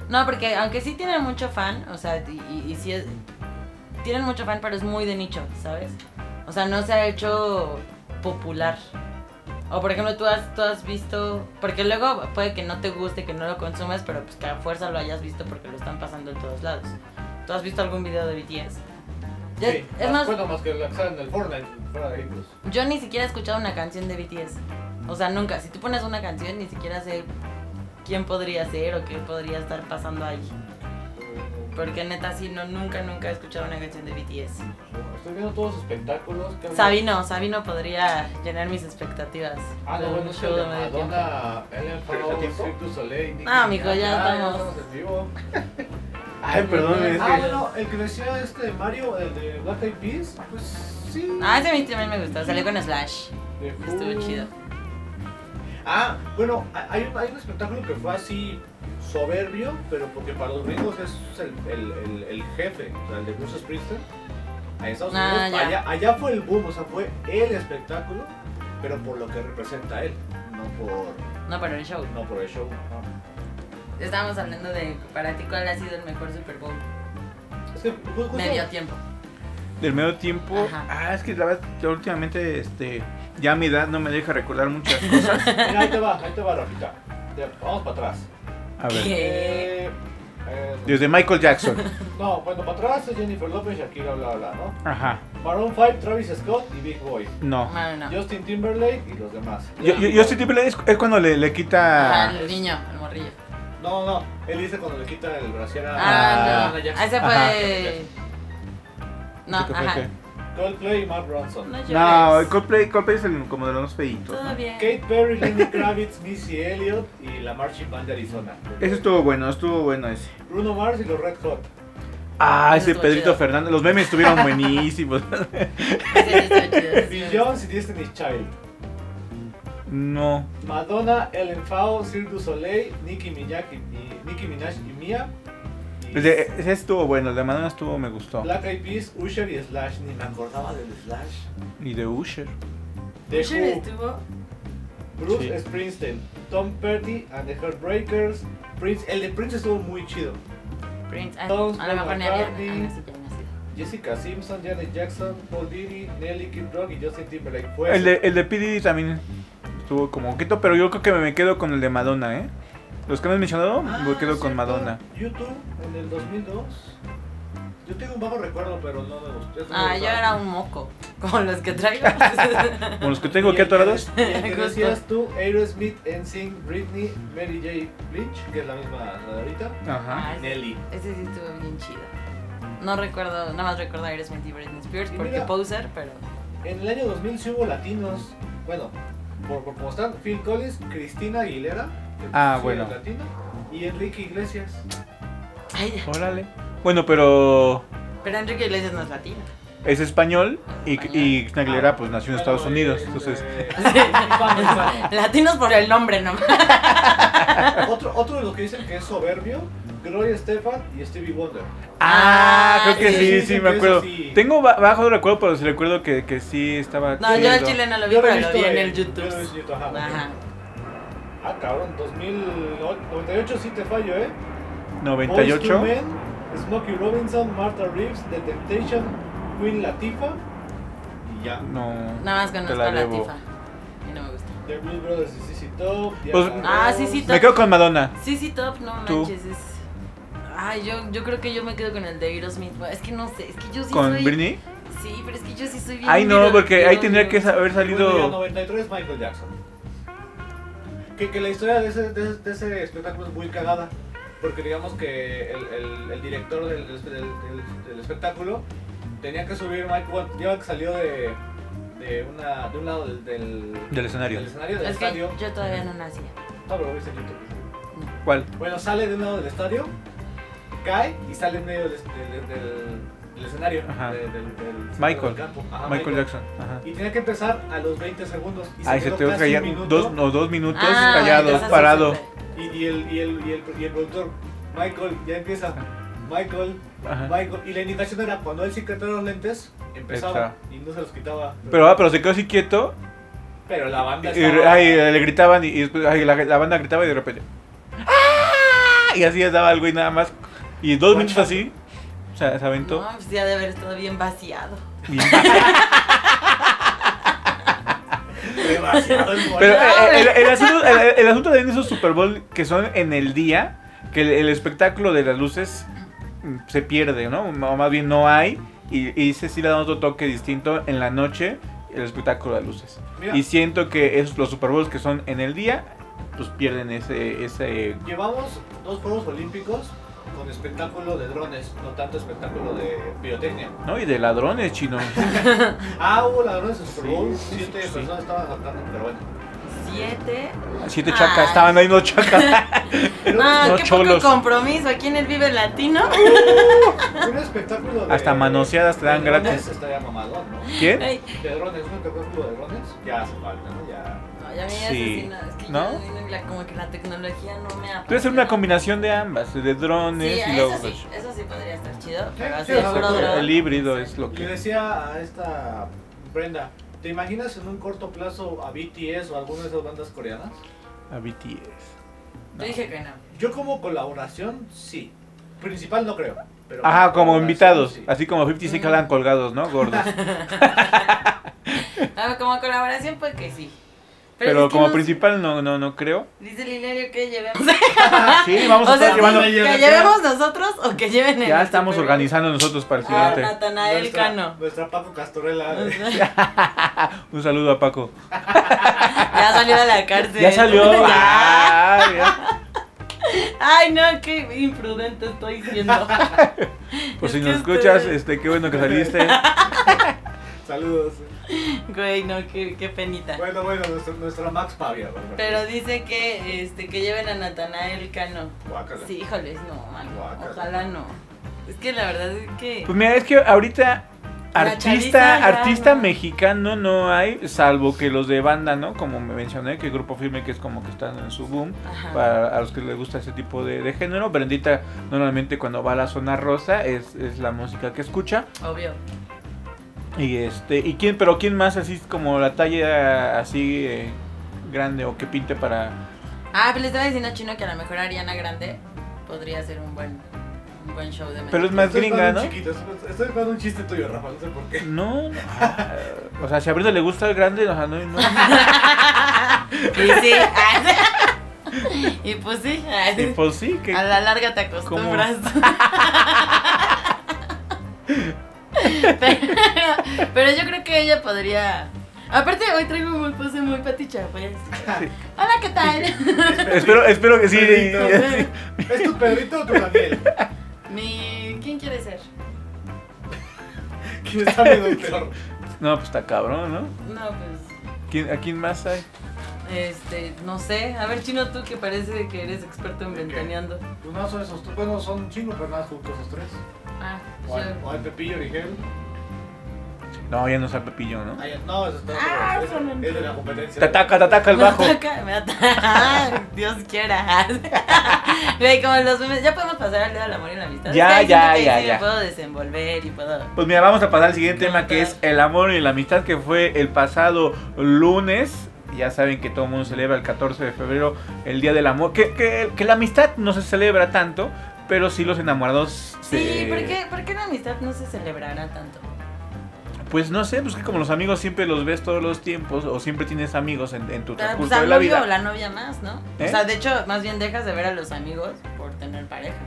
[SPEAKER 1] No, porque aunque sí tienen mucho fan, o sea, y, y, y sí es- tienen mucho fan, pero es muy de nicho, ¿sabes? O sea, no se ha hecho popular. O por ejemplo, tú has, tú has visto, porque luego puede que no te guste, que no lo consumes, pero pues que a fuerza lo hayas visto porque lo están pasando en todos lados. ¿Tú has visto algún video de BTS? Ya-
[SPEAKER 3] Sí, ah,
[SPEAKER 1] es más,
[SPEAKER 3] Bueno, más que la que sale en el Fortnite, fuera de ahí, pues.
[SPEAKER 1] yo ni siquiera he escuchado una canción de BTS. O sea, nunca. Si tú pones una canción, ni siquiera sé quién podría ser o qué podría estar pasando ahí. Porque neta, sí, no, nunca, nunca he escuchado una canción de BTS.
[SPEAKER 3] Estoy viendo todos los espectáculos. que han-
[SPEAKER 1] Sabino, Sabino podría llenar mis expectativas.
[SPEAKER 7] Ah, no,
[SPEAKER 1] Con
[SPEAKER 7] bueno,
[SPEAKER 1] un
[SPEAKER 7] es que
[SPEAKER 1] show
[SPEAKER 7] el de
[SPEAKER 1] de medio tiempo.
[SPEAKER 7] Madonna, Ellen
[SPEAKER 3] ¿Pero
[SPEAKER 7] Farrow,
[SPEAKER 3] tiempo?
[SPEAKER 7] Cirque du Soleil, Nicki
[SPEAKER 1] Ah, mijo, ya
[SPEAKER 7] Minaj,
[SPEAKER 1] estamos.
[SPEAKER 7] en vivo.
[SPEAKER 2] Ay, perdón, es
[SPEAKER 3] Ah,
[SPEAKER 2] que-
[SPEAKER 3] bueno, el que decía este Mario, el de Black Eyed Peas, pues sí.
[SPEAKER 1] Ah, ese a mí también me gustó, salió con Slash.
[SPEAKER 3] De
[SPEAKER 1] Estuvo
[SPEAKER 7] Uh.
[SPEAKER 3] Who.
[SPEAKER 1] chido.
[SPEAKER 3] Ah, bueno, ha- hay un, hay un espectáculo que fue así soberbio, pero porque para los gringos es el, el, el, el jefe, o sea, el de Bruce Springsteen. En Estados
[SPEAKER 1] Ah,
[SPEAKER 3] Unidos,
[SPEAKER 1] ya.
[SPEAKER 3] allá, allá fue el boom, o sea, fue el espectáculo, pero por lo que representa él, no por
[SPEAKER 1] No, pero el show.
[SPEAKER 3] No por el show.
[SPEAKER 1] Estábamos hablando de para ti cuál ha sido el mejor Super Bowl.
[SPEAKER 3] Es que ju- justo-
[SPEAKER 1] Medio tiempo.
[SPEAKER 2] Del medio tiempo.
[SPEAKER 1] Ajá.
[SPEAKER 2] Ah, es que la verdad, yo últimamente, este, ya mi edad no me deja recordar muchas cosas.
[SPEAKER 3] Mira, ahí te va, ahí te va, Rafita. Ya, Vamos para atrás.
[SPEAKER 2] A ver.
[SPEAKER 1] ¿Qué?
[SPEAKER 3] Eh, eh,
[SPEAKER 2] Desde Michael Jackson.
[SPEAKER 3] no, bueno, para atrás es Jennifer López, Shakira, bla, bla, bla, ¿no?
[SPEAKER 2] Ajá.
[SPEAKER 3] Maroon 5, Travis Scott y Big Boy.
[SPEAKER 2] No.
[SPEAKER 1] No, no, no.
[SPEAKER 3] Justin Timberlake y los demás.
[SPEAKER 2] Yo, yo, yo estoy tipo, es, es cuando le, le quita.
[SPEAKER 1] Al niño, al morrillo.
[SPEAKER 3] No, no, él dice cuando le quitan el brasier a
[SPEAKER 1] Ah,
[SPEAKER 2] Ah,
[SPEAKER 1] no.
[SPEAKER 3] Janet Jackson.
[SPEAKER 1] Ese
[SPEAKER 2] Ajá.
[SPEAKER 1] fue. No,
[SPEAKER 2] ¿Qué fue, qué?
[SPEAKER 1] ajá.
[SPEAKER 3] Coldplay y Mark Ronson.
[SPEAKER 1] No llores.
[SPEAKER 2] No, Coldplay, Coldplay es el- como de los más feitos.
[SPEAKER 1] Todo
[SPEAKER 2] ¿no?
[SPEAKER 1] bien.
[SPEAKER 3] Kate Perry, Lenny Kravitz, Missy Elliott y la Marching Band de Arizona.
[SPEAKER 2] Ese estuvo bueno, estuvo bueno ese.
[SPEAKER 3] Bruno Mars y los Red Hot.
[SPEAKER 2] Ah,
[SPEAKER 1] Ese
[SPEAKER 2] ese
[SPEAKER 1] estuvo
[SPEAKER 2] Pedrito
[SPEAKER 1] chido.
[SPEAKER 2] Fernández. Los memes estuvieron buenísimos.
[SPEAKER 1] Ese sí está chido, ese sí me
[SPEAKER 3] Bill
[SPEAKER 1] gusta.
[SPEAKER 3] Jones y Destiny's Child.
[SPEAKER 2] no.
[SPEAKER 3] Madonna, Ellen Fao, Cirque du Soleil, Nicki Minaj y, y- Nicki Minaj y Mia. Y
[SPEAKER 2] Ese, ese estuvo bueno, el de Madonna estuvo, me gustó.
[SPEAKER 3] Black Eyed Peas, Usher y Slash. Ni me acordaba del Slash.
[SPEAKER 2] Y de Usher.
[SPEAKER 3] The
[SPEAKER 1] Usher
[SPEAKER 3] Who,
[SPEAKER 1] estuvo.
[SPEAKER 3] Bruce
[SPEAKER 2] Sí.
[SPEAKER 3] Springsteen, Tom Petty and the Heartbreakers. Prince, el de Prince estuvo muy chido.
[SPEAKER 1] Prince. ah,
[SPEAKER 3] Jones,
[SPEAKER 1] A lo mejor ni había.
[SPEAKER 3] McCartney.
[SPEAKER 1] ah, no, sí, ya había sido.
[SPEAKER 3] Jessica Simpson, Janet Jackson, Paul Diddy, Nelly Kid Rock y Justin Timberlake. Fue
[SPEAKER 2] El de, el de P. Diddy también estuvo como poquito, pero yo creo que me quedo con el de Madonna, ¿eh? Los que me han mencionado,
[SPEAKER 1] Ah,
[SPEAKER 2] Ah, me quedo con Madonna.
[SPEAKER 3] YouTube en el 2002. Yo tengo un bajo recuerdo, pero no me gustó. eso no me
[SPEAKER 1] Ah, yo
[SPEAKER 3] gustaba.
[SPEAKER 1] era un moco. Como los que traigo.
[SPEAKER 3] Ah,
[SPEAKER 2] Con los que
[SPEAKER 3] Y
[SPEAKER 2] tengo
[SPEAKER 3] el
[SPEAKER 2] que atorados.
[SPEAKER 3] de- y el que
[SPEAKER 1] Justo.
[SPEAKER 3] decías tú, Aerosmith, NSYNC, Britney, Mary J. Blige, que es la misma la de ahorita.
[SPEAKER 2] Ajá.
[SPEAKER 1] Ah, ese,
[SPEAKER 3] Nelly.
[SPEAKER 1] ese sí estuvo bien chido. No recuerdo, nada más recuerdo a Aerosmith y Britney Spears
[SPEAKER 3] Y
[SPEAKER 1] porque
[SPEAKER 3] mira.
[SPEAKER 1] poser, pero.
[SPEAKER 3] En el año 2000 sí hubo latinos. Bueno, por, por como están, Phil Collins, Cristina Aguilera. que
[SPEAKER 2] Ah,
[SPEAKER 3] sí
[SPEAKER 2] bueno.
[SPEAKER 3] era Latina, y Enrique Iglesias.
[SPEAKER 1] Ay, ya.
[SPEAKER 2] Órale. Bueno, pero
[SPEAKER 1] Pero Enrique Iglesias no es latino.
[SPEAKER 2] es español y, y Cristina Aguilera, pues nació en
[SPEAKER 3] Pero,
[SPEAKER 2] Estados
[SPEAKER 3] eh,
[SPEAKER 2] Unidos.
[SPEAKER 3] eh,
[SPEAKER 2] Entonces,
[SPEAKER 3] vamos,
[SPEAKER 1] Latinos por el nombre nomás.
[SPEAKER 3] vamos. otro, otro de los que dicen que es soberbio, Gloria Estefan y Stevie Wonder.
[SPEAKER 2] Ah, creo que
[SPEAKER 1] sí,
[SPEAKER 2] sí,
[SPEAKER 3] sí,
[SPEAKER 2] sí,
[SPEAKER 3] sí,
[SPEAKER 2] me
[SPEAKER 3] que
[SPEAKER 2] acuerdo.
[SPEAKER 3] eso sí.
[SPEAKER 2] Tengo ba- bajo recuerdo, pero sí recuerdo que, que sí estaba.
[SPEAKER 1] No, yo al
[SPEAKER 2] chido.
[SPEAKER 1] chile no lo vi,
[SPEAKER 3] Yo lo he
[SPEAKER 1] pero lo vi
[SPEAKER 3] visto
[SPEAKER 1] en
[SPEAKER 3] en-
[SPEAKER 1] el
[SPEAKER 3] yo lo he visto en
[SPEAKER 1] YouTube.
[SPEAKER 3] YouTube, ajá.
[SPEAKER 1] Ajá.
[SPEAKER 3] Ah, cabrón, 2098 sí te fallo, ¿eh? Boyz II
[SPEAKER 2] 98.
[SPEAKER 3] Men, Smokey Robinson, Martha Reeves, The Temptation, Queen Latifah y ya.
[SPEAKER 2] No.
[SPEAKER 1] Nada más
[SPEAKER 2] Te
[SPEAKER 1] conozco
[SPEAKER 2] la
[SPEAKER 1] a
[SPEAKER 2] debo.
[SPEAKER 1] Latifa. Y no me gusta.
[SPEAKER 3] The Blues Brothers y CC Top.
[SPEAKER 2] Pues-
[SPEAKER 1] Ah, CC Top.
[SPEAKER 2] Me quedo con Madonna.
[SPEAKER 1] Sí, sí, top, no
[SPEAKER 2] ¿Tú?
[SPEAKER 1] manches. Es... Ay, yo, yo creo que yo me quedo con el de Aerosmith. Es que no sé, es que yo sí
[SPEAKER 2] ¿Con
[SPEAKER 1] soy.
[SPEAKER 2] Britney?
[SPEAKER 1] Sí, pero es que yo sí soy bien.
[SPEAKER 2] Ay, no,
[SPEAKER 1] Beatle-
[SPEAKER 2] porque ahí
[SPEAKER 1] Beatle-
[SPEAKER 2] tendría que haber
[SPEAKER 3] Salido...
[SPEAKER 2] salido.
[SPEAKER 3] 93 Michael Jackson. Que, que la historia de ese, de, ese- de ese espectáculo es muy cagada. Porque digamos que el, el- el director del, del- del- del espectáculo tenía que subir Mike Watt. Ya que salió de, de, una, de un lado del, del,
[SPEAKER 2] Del escenario.
[SPEAKER 3] del escenario, del
[SPEAKER 1] Es que
[SPEAKER 3] estadio.
[SPEAKER 1] yo todavía no nací.
[SPEAKER 3] No, pero lo viste en YouTube.
[SPEAKER 2] ¿Cuál?
[SPEAKER 3] Bueno, sale de un lado del estadio, cae y sale en medio del, del- del- del escenario.
[SPEAKER 2] Ajá.
[SPEAKER 3] de- del- del- del
[SPEAKER 2] Michael.
[SPEAKER 3] campo. Ajá,
[SPEAKER 2] Michael Jackson. Ajá.
[SPEAKER 3] Y tenía que empezar a los 20 segundos. Ah, Y
[SPEAKER 2] Ay, se
[SPEAKER 3] quedó
[SPEAKER 2] te
[SPEAKER 3] casi
[SPEAKER 2] callado.
[SPEAKER 3] un minuto,
[SPEAKER 2] Dos, no, dos minutos
[SPEAKER 1] Ah,
[SPEAKER 2] callado,
[SPEAKER 1] entonces
[SPEAKER 2] parado.
[SPEAKER 1] sí, sí,
[SPEAKER 3] Y, y el, y, el, y, el, y el productor, Michael, ya empieza. Michael,
[SPEAKER 2] Ajá.
[SPEAKER 3] Michael. Y la indicación era cuando él se quitaba los lentes, empezaba. Y no se los quitaba.
[SPEAKER 2] Pero, ah, pero se quedó así quieto.
[SPEAKER 3] pero la banda
[SPEAKER 2] Y,
[SPEAKER 3] estaba-
[SPEAKER 2] ay, le gritaban y, y después ay, la, la banda gritaba y de repente. ¡Ah! Y así ya daba algo y nada más. Y dos minutos así. o sea, se aventó.
[SPEAKER 1] No, pues ya de haber estado bien vaciado.
[SPEAKER 2] Y-
[SPEAKER 3] demasiado en
[SPEAKER 2] Pero
[SPEAKER 3] bola.
[SPEAKER 2] eh, eh, el, el asunto, el, el asunto de esos Super Bowl que son en el día, que el, el espectáculo de las luces mm, se pierde, ¿no? O más bien no hay. Y, y se sí le da otro toque distinto en la noche, el espectáculo de las luces.
[SPEAKER 3] Mira.
[SPEAKER 2] Y siento que esos, los Super Bowls que son en el día, pues pierden ese... ese
[SPEAKER 3] Llevamos dos Juegos Olímpicos con espectáculo de drones, no tanto espectáculo de pirotecnia.
[SPEAKER 2] ¿No? Y de ladrones chinos.
[SPEAKER 3] Ah, hubo ladrones en Super Bowl,
[SPEAKER 2] Sí, sí,
[SPEAKER 3] siete
[SPEAKER 2] sí.
[SPEAKER 3] personas estaban saltando, pero bueno.
[SPEAKER 1] Siete.
[SPEAKER 2] Siete chacas,
[SPEAKER 1] Ay.
[SPEAKER 2] estaban ahí no chacas.
[SPEAKER 3] Pero
[SPEAKER 1] Ah,
[SPEAKER 2] no
[SPEAKER 1] qué
[SPEAKER 2] cholos.
[SPEAKER 1] poco compromiso. Aquí en el Vive Latino.
[SPEAKER 3] un espectáculo de...
[SPEAKER 2] Hasta manoseadas te dan
[SPEAKER 3] de drones
[SPEAKER 2] gratis.
[SPEAKER 3] Estaría mamadón, ¿no?
[SPEAKER 2] ¿Quién?
[SPEAKER 1] Ay,
[SPEAKER 3] De drones, un espectáculo de drones, ya hace falta, ¿no? Ya...
[SPEAKER 1] no, ya me
[SPEAKER 2] Sí.
[SPEAKER 1] asesino. Es que
[SPEAKER 2] ¿No?
[SPEAKER 1] yo la- como que la tecnología no me apasiona.
[SPEAKER 2] Puede ser una combinación de ambas, de drones
[SPEAKER 1] Sí,
[SPEAKER 2] y
[SPEAKER 1] eso
[SPEAKER 2] luego... pues,
[SPEAKER 1] sí, eso sí podría estar chido. Pero
[SPEAKER 3] Sí, sí,
[SPEAKER 1] así de puro
[SPEAKER 3] sí,
[SPEAKER 1] dron.
[SPEAKER 2] El híbrido es lo
[SPEAKER 3] Le
[SPEAKER 2] que...
[SPEAKER 3] decía a esta Brenda, ¿te imaginas en un corto plazo a BTS o alguna de esas bandas coreanas?
[SPEAKER 2] a BTS.
[SPEAKER 1] Yo dije que no.
[SPEAKER 3] Yo como colaboración, sí. Principal no creo. Pero
[SPEAKER 2] Ajá, como
[SPEAKER 3] colaboración,
[SPEAKER 2] invitados,
[SPEAKER 3] sí.
[SPEAKER 2] así como 50 Cent quedan colgados, ¿no? Gordos.
[SPEAKER 1] No, Ah, como colaboración, pues que sí.
[SPEAKER 2] Pero
[SPEAKER 1] es que
[SPEAKER 2] como
[SPEAKER 1] no-
[SPEAKER 2] principal no no no creo.
[SPEAKER 1] Dice Lilerio que llevemos.
[SPEAKER 2] Sí, vamos a
[SPEAKER 1] o sea,
[SPEAKER 2] estar llevando
[SPEAKER 1] sí, que llevemos nosotros o que lleven el.
[SPEAKER 2] Ya estamos organizando nosotros para el
[SPEAKER 1] Ah,
[SPEAKER 2] siguiente.
[SPEAKER 1] Natanael
[SPEAKER 3] Nuestra-
[SPEAKER 1] Cano.
[SPEAKER 3] Nuestra Paco Castorela. eh,
[SPEAKER 2] Un saludo a Paco.
[SPEAKER 1] Ya salió de la cárcel.
[SPEAKER 2] Ya salió.
[SPEAKER 1] Ya.
[SPEAKER 2] Ah, ya.
[SPEAKER 1] Ay, no, qué imprudente estoy siendo.
[SPEAKER 2] Por
[SPEAKER 1] Es
[SPEAKER 2] Pues si
[SPEAKER 1] que
[SPEAKER 2] nos escuchas,
[SPEAKER 1] ustedes-
[SPEAKER 2] este qué bueno que saliste.
[SPEAKER 3] Saludos.
[SPEAKER 1] Güey, no, qué, qué penita.
[SPEAKER 3] Bueno, bueno, nuestra, nuestra Max Pavia. bueno.
[SPEAKER 1] Pero dice que este que lleven a Natanael Cano.
[SPEAKER 3] Guácala.
[SPEAKER 1] Sí, híjoles, no, man,
[SPEAKER 3] Guácala.
[SPEAKER 1] ojalá no. Es que la verdad es que
[SPEAKER 2] Pues mira, es que ahorita
[SPEAKER 1] La
[SPEAKER 2] artista
[SPEAKER 1] chaviza ya
[SPEAKER 2] artista
[SPEAKER 1] no.
[SPEAKER 2] mexicano no hay, salvo que los de banda, ¿no? Como me mencioné, que el grupo firme que es como que están en su boom.
[SPEAKER 1] Ajá.
[SPEAKER 2] Para a los que les gusta ese tipo de, de género, Brendita normalmente cuando va a la zona rosa es, es la música que escucha.
[SPEAKER 1] obvio.
[SPEAKER 2] Y este, y quién, pero quién más así como la talla así eh, grande o que pinte para.
[SPEAKER 1] Ah, pero le estaba diciendo a Chino que a lo mejor Ariana Grande podría ser un buen un buen show de
[SPEAKER 2] Pero es
[SPEAKER 1] México.
[SPEAKER 2] más
[SPEAKER 3] Estoy
[SPEAKER 2] gringa,
[SPEAKER 3] esperando
[SPEAKER 2] ¿no?
[SPEAKER 3] un chiquito, estoy- Estoy esperando un chiste tuyo, Rafa, no sé por qué.
[SPEAKER 2] No, no. ah, O sea, si a Brenda le gusta el grande, o sea, no, no.
[SPEAKER 1] Y sí. ay, y pues sí. ay,
[SPEAKER 2] Y pues sí, que.
[SPEAKER 1] a la larga te acostumbras. pero, pero yo creo que ella podría. Aparte hoy traigo muy pose muy paticha, pues. Hola, ¿qué tal?
[SPEAKER 2] Espero, espero que sí.
[SPEAKER 3] Pedrito. ¿Es tu Pedrito o tu Daniel?
[SPEAKER 1] Mi ¿quién quiere ser?
[SPEAKER 3] ¿Quién está medio peor?
[SPEAKER 2] No, pues está cabrón, ¿no?
[SPEAKER 1] No, pues
[SPEAKER 2] ¿Quién- ¿A quién más hay?
[SPEAKER 1] este, no sé. A ver, Chino, tú que parece que eres experto en
[SPEAKER 3] ¿De qué?
[SPEAKER 1] ventaneando.
[SPEAKER 3] Pues no son esos tres. Bueno, son un chingo, pero nada, juntos esos tres.
[SPEAKER 1] Ah,
[SPEAKER 3] O al,
[SPEAKER 1] yo-
[SPEAKER 3] o al Pepillo Origel.
[SPEAKER 2] No, ya no sabe Pepillo, ¿no?
[SPEAKER 3] Ah, ya- No, ese está otro.
[SPEAKER 1] Ah,
[SPEAKER 3] es,
[SPEAKER 1] son
[SPEAKER 3] es de la competencia.
[SPEAKER 2] Te ataca, te ataca el
[SPEAKER 1] me
[SPEAKER 2] bajo.
[SPEAKER 1] ataca, me ataca. Dios quiera. Güey, como los memes, ya podemos pasar al dedo del amor y la amistad.
[SPEAKER 2] Ya,
[SPEAKER 1] Es que
[SPEAKER 2] ya,
[SPEAKER 1] hay gente que
[SPEAKER 2] ya,
[SPEAKER 1] sí me
[SPEAKER 2] ya.
[SPEAKER 1] puedo desenvolver y puedo.
[SPEAKER 2] Pues mira, vamos a pasar al siguiente tema que es el amor y la amistad que fue el pasado lunes. Ya saben que todo el mundo celebra el 14 de febrero el Día del Amor. Que, que- que la amistad no se celebra tanto, pero sí los enamorados se...
[SPEAKER 1] Sí, ¿por qué, por qué la amistad no se celebrará tanto?
[SPEAKER 2] Pues no sé, pues que como los amigos siempre los ves todos los tiempos o siempre tienes amigos en, en tu
[SPEAKER 1] Pues
[SPEAKER 2] transcurso de
[SPEAKER 1] al
[SPEAKER 2] la
[SPEAKER 1] novio o
[SPEAKER 2] vida.
[SPEAKER 1] la novia más, ¿no?
[SPEAKER 2] ¿Eh?
[SPEAKER 1] O sea, de hecho, más bien dejas de ver a los amigos por tener pareja.